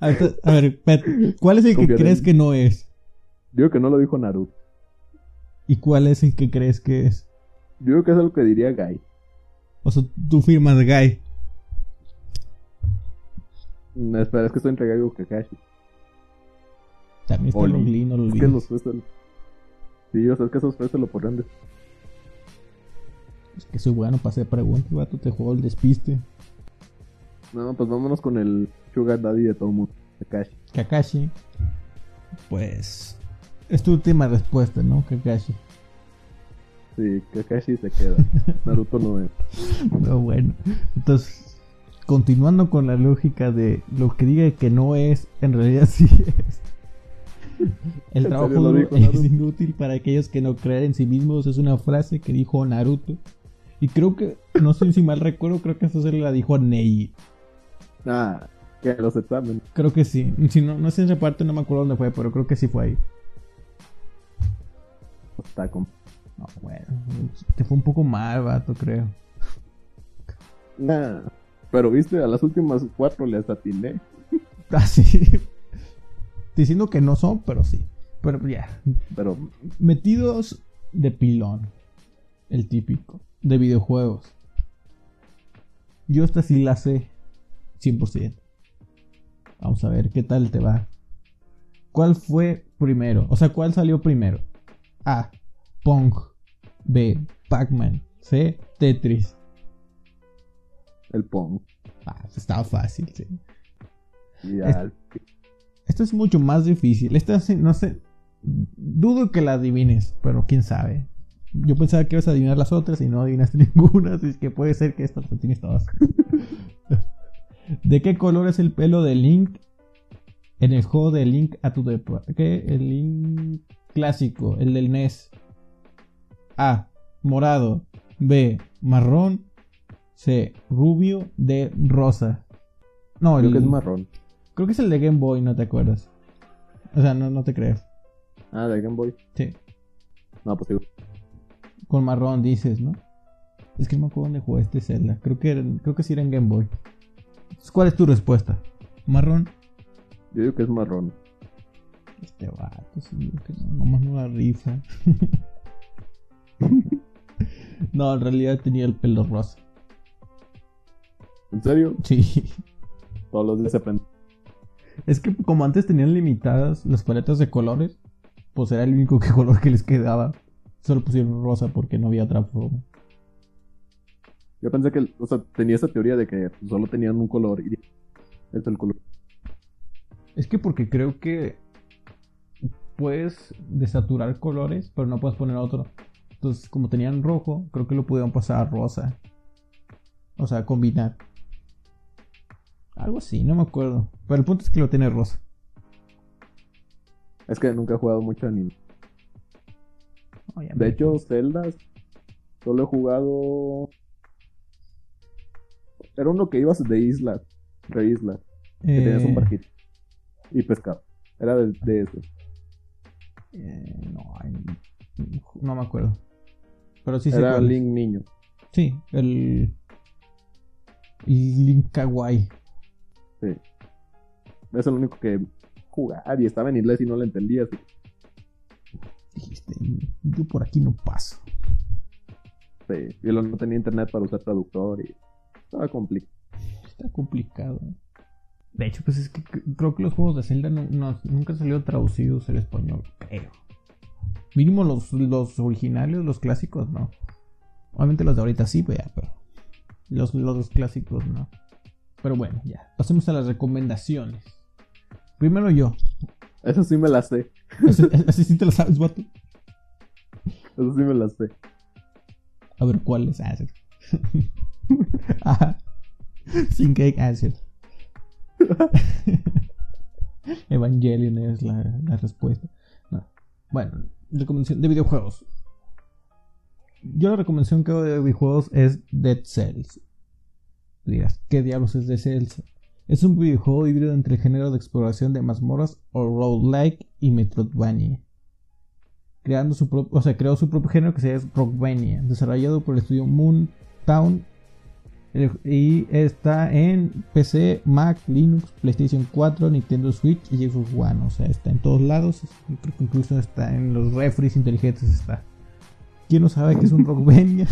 A ver, a ver, espérate, ¿cuál es el que Confiar en- crees que no es? digo que no lo dijo Naruto. ¿Y cuál es el que crees que es? Yo digo que es lo que diría Guy. O sea, tú firmas Guy. No, espera, es que estoy entre Guy y Kakashi. También está Oli. Rock Lee, no lo Es que olvides. los tres. se- Sí, o sea, es que esos tres se lo podrían decir. Es que soy bueno para hacer preguntas, vato, te juego el despiste. No, pues vámonos con el Sugar Daddy de todo mundo, Kakashi. Kakashi. Pues. Es tu última respuesta, ¿no, Kakashi? Sí, Kakashi se queda. Naruto no es. Pero bueno. Entonces, continuando con la lógica de lo que diga que no es, en realidad sí *laughs* es. El ¿En trabajo serio lo duro dijo es Naruto? inútil para aquellos que no creen en sí mismos. Es una frase que dijo Naruto. Y creo que, no sé si mal recuerdo, creo que eso se la dijo a Neji. Ah, que los exámenes. Creo que sí. Si no, no sé en reparto, no me acuerdo dónde fue, pero creo que sí fue ahí. Está con... No, bueno. Te fue un poco mal, vato, creo. *laughs* Nah. Pero viste, a las últimas cuatro les atiné. Así. Ah, Diciendo que no son, pero sí. Pero ya. Pero Metidos de pilón. El típico. De videojuegos. Yo esta sí la sé. 100%. Vamos a ver qué tal te va. ¿Cuál fue primero? O sea, ¿cuál salió primero? A. Pong. B. Pac-Man. C. Tetris. el Pong. Ah, estaba fácil, sí. Y ya, Es- Esta es mucho más difícil. Esta sí, no sé. Dudo que la adivines, pero quién sabe. Yo pensaba que ibas a adivinar las otras y no adivinaste *laughs* ninguna, así que puede ser que estas las tienes todas. *laughs* ¿De qué color es el pelo de Link en el juego de Link a tu ¿Qué? El Link clásico, el del NES. A. Morado. B. Marrón. C. Rubio. D. Rosa. No, Creo el que es marrón. Creo que es el de Game Boy, no te acuerdas. O sea, no, no te creas. Ah, de Game Boy. Sí. No, pues sí. Con marrón dices, ¿no? Es que no me acuerdo dónde jugué este Zelda. Creo que, era en- creo que sí era en Game Boy. Entonces, ¿Cuál es tu respuesta? ¿Marrón? Yo digo que es marrón. Este vato, sí, que no, nomás no la rifa. *laughs* no, en realidad tenía el pelo rosa. ¿En serio? Sí. Todos los días se aprende. Es que como antes tenían limitadas las paletas de colores, pues era el único que- *laughs* color que les quedaba. Solo pusieron rosa porque no había otra forma. Yo pensé que, o sea, tenía esa teoría de que solo tenían un color y es el color. Es que porque creo que puedes desaturar colores, pero no puedes poner otro. Entonces, como tenían rojo, creo que lo pudieron pasar a rosa. O sea, combinar. Algo así, no me acuerdo. Pero el punto es que lo tiene rosa. Es que nunca he jugado mucho anime. Oh, ya De me- hecho, Zelda solo he jugado. Era uno que ibas de isla, de isla, que tenías un Eh, barquito y pescado. Era de, de ese. eh, no, ay, no me acuerdo. Pero sí sé Era cuál es. Link niño. Sí, el. el Link Kawaii. Eso es lo único que jugar y estaba en inglés y no lo entendía. así Dijiste, yo por aquí no paso. que, sí, y luego no tenía internet para usar traductor y estaba complicado. Está complicado. De hecho, pues es que c- creo que los juegos de Zelda nu- no- nunca salieron traducidos al español, creo. Mínimo los, los originales, los clásicos, no. Obviamente los de ahorita sí, vea, pero los, los clásicos no. Pero bueno, ya. Pasemos a las recomendaciones. Primero yo. *laughs* Eso sí me la sé. Así- Así sí te lo sabes, vato. Eso sí me la sé. A ver cuál es Answer. *laughs* Ajá. Sin ah, cake Answer. *laughs* Evangelion es la, la respuesta. No. Bueno, recomendación de videojuegos. Yo la recomendación que hago de videojuegos es Dead Cells. Dirás, ¿qué diablos es Dead Cells? Es un videojuego híbrido entre el género de exploración de mazmorras o roguelike y Metroidvania creando su propio, o sea, creó su propio género que se llama Rockvania, desarrollado por el estudio Moon Town eh, y está en PC, Mac, Linux, PlayStation 4, Nintendo Switch y Xbox One, o sea, está en todos lados, yo creo que incluso está en los refries inteligentes está. ¿Quién no sabe que es un Rockvania?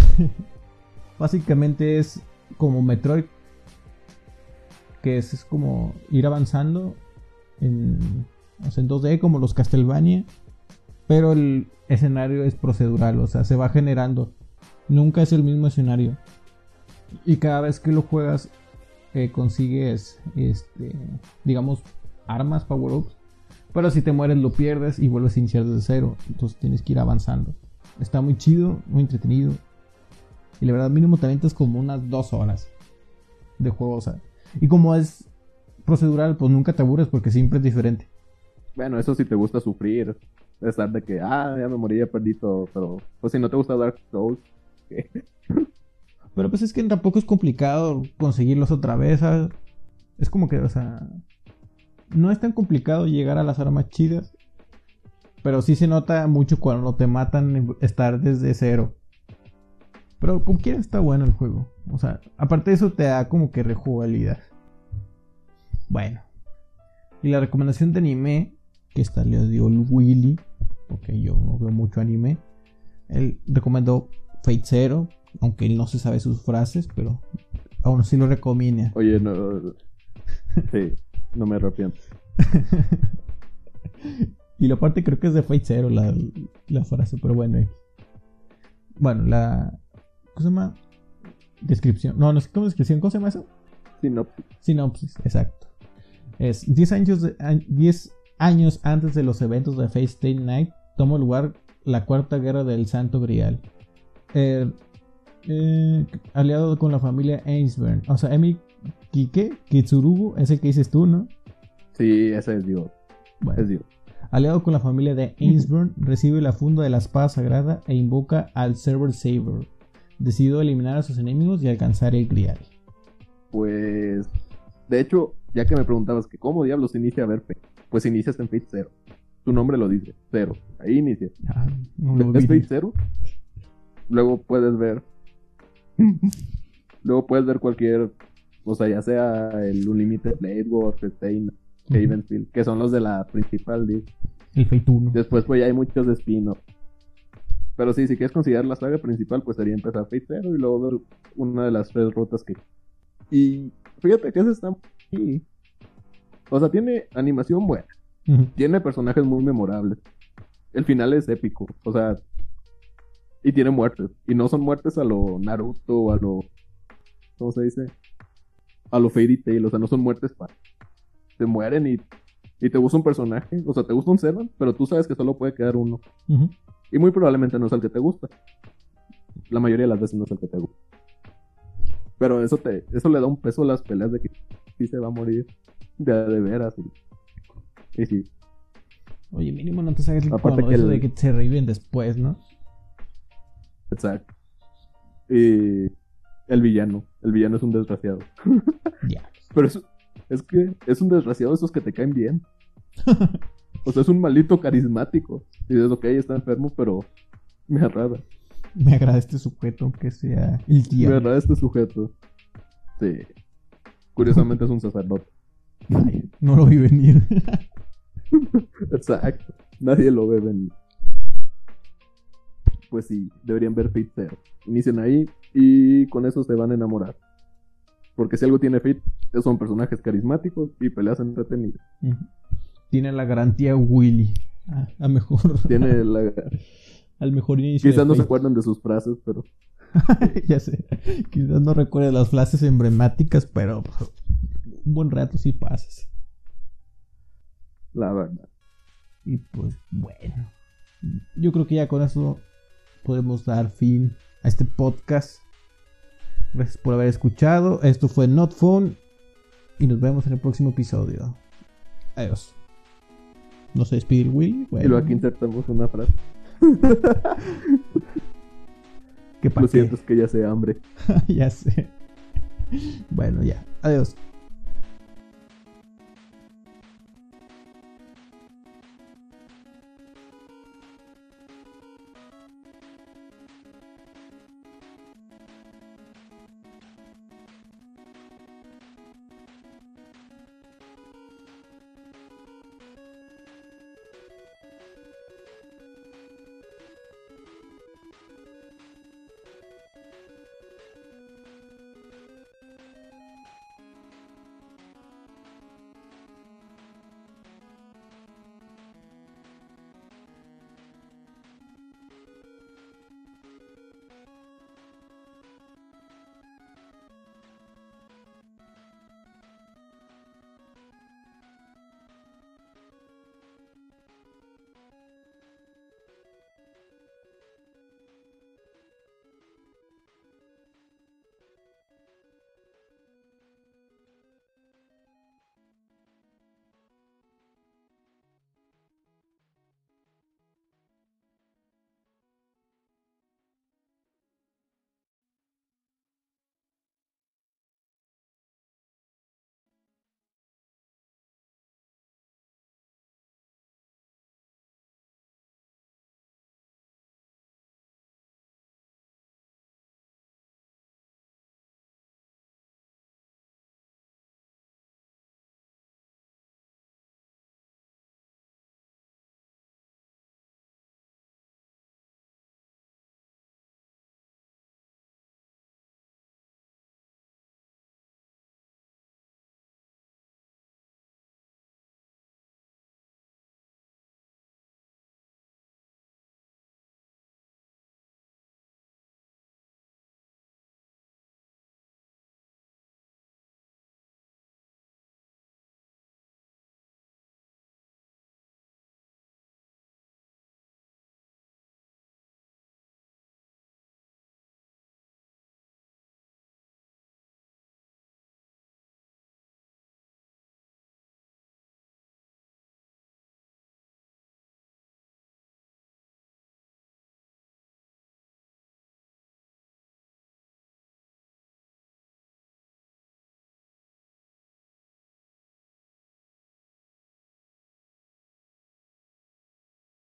*laughs* Básicamente es como Metroid que es, es como ir avanzando en, o sea, en 2D como los Castlevania pero el escenario es procedural, o sea, se va generando. Nunca es el mismo escenario. Y cada vez que lo juegas, eh, consigues, este, digamos, armas, power-ups. Pero si te mueres, lo pierdes y vuelves a iniciar desde cero. Entonces tienes que ir avanzando. Está muy chido, muy entretenido. Y la verdad, mínimo te avientas como unas dos horas de juego, o sea. Y como es procedural, pues nunca te aburres porque siempre es diferente. Bueno, eso sí te gusta sufrir. Estar de que, ah, ya me morí, ya perdí todo. Pero, pues si no te gusta Dark Souls, Pero pues es que tampoco es complicado conseguirlos otra vez, ¿sabes? Es como que, o sea, no es tan complicado llegar a las armas chidas, pero sí se nota mucho cuando te matan estar desde cero. Pero como quiera está bueno el juego. O sea, aparte de eso te da como que rejugabilidad. Bueno. Y la recomendación de anime, que esta le dio el Willy, porque yo no veo mucho anime. Él recomendó Fate Zero, aunque él no se sabe sus frases, pero aún así lo recomienda. oye, no. *laughs* Sí, no me arrepiento. y la parte creo que es de Fate Zero la, la frase, pero bueno. eh. Bueno, la. ¿Cómo se llama? Descripción. No, no es como descripción, ¿cómo se llama eso? Sí, no. Sinopsis, exacto. Es 10 años, de- a- 10 años antes de los eventos de Face Day Night, tomó lugar la Cuarta Guerra del Santo Grial. Eh, eh, aliado con la familia Ainsburn. O sea, Emi Kike Kitsurugu, ese que dices tú, ¿no? Sí, ese es Dios. Bueno, Es Dios. aliado con la familia de Ainsburn, recibe la funda de la espada sagrada e invoca al Server Saber. Decidió eliminar a sus enemigos y alcanzar el Grial. Pues, de hecho, ya que me preguntabas que cómo diablos inicia Verpe, pues inicias en Fate 0. Tu nombre lo dice, cero. Ahí inicia. Ah, no lo Es vi. Fate 0. Luego puedes ver. Luego puedes ver cualquier. O sea, ya sea el Unlimited Blade War, Stein, Havenfield, que son los de la principal disc. El Feituno. Después, pues ya hay muchos de spin-off. Pero sí, si quieres considerar la saga principal, pues sería empezar Fate 0 y luego ver una de las tres rutas que. Y fíjate que ese está muy. O sea, tiene animación buena, Ujú. tiene personajes muy memorables. El final es épico, o sea. Y tiene muertes. Y no son muertes a lo Naruto, a lo. ¿Cómo se dice? A lo Fairy Tail, o sea, no son muertes para. Te mueren y. Y te gusta un personaje, o sea, te gusta un Seven, pero tú sabes que solo puede quedar uno. Ujú. Y muy probablemente no es el que te gusta. La mayoría de las veces no es el que te gusta. Pero eso te, eso le da un peso a las peleas de que sí se va a morir. De, de veras. Y, y sí. Oye, mínimo no te saques Aparte cuando que eso el- de que se reviven después, ¿no? *laughs* Exacto. Y el villano. El villano es un desgraciado. Ya. Pero es, es que es un desgraciado de esos que te caen bien. O sea, es un maldito carismático. Y dices, ok, está enfermo, pero me agrada. Me agrada este sujeto que sea el tío. Me agrada este sujeto. Sí. Curiosamente es un sacerdote. Vaya, no lo vi venir. *laughs* Exacto. Nadie lo ve venir. Pues sí, deberían ver Fate Zero. Inician ahí y con eso se van a enamorar. Porque si algo tiene Fate, son personajes carismáticos y peleas entretenidas. Ujú. Tiene la garantía Willy. Ah, a mejor. Tiene la... *laughs* Al mejor inicio. de Quizás no se Facebook. acuerdan de sus frases, pero *laughs* ya sé. Quizás no recuerde las frases emblemáticas, pero pues, un buen rato sí pasas. la verdad. Y pues bueno. Yo creo que ya con eso podemos dar fin a este podcast. Gracias por haber escuchado. Esto fue Not Phone. Y nos vemos en el próximo episodio. Adiós. No se despide el Willy. Y luego Bueno, aquí insertamos una frase. ¿qué Lo pa' qué? *laughs* siento, es que ya sé hambre. ya sé. Bueno, ya. Adiós.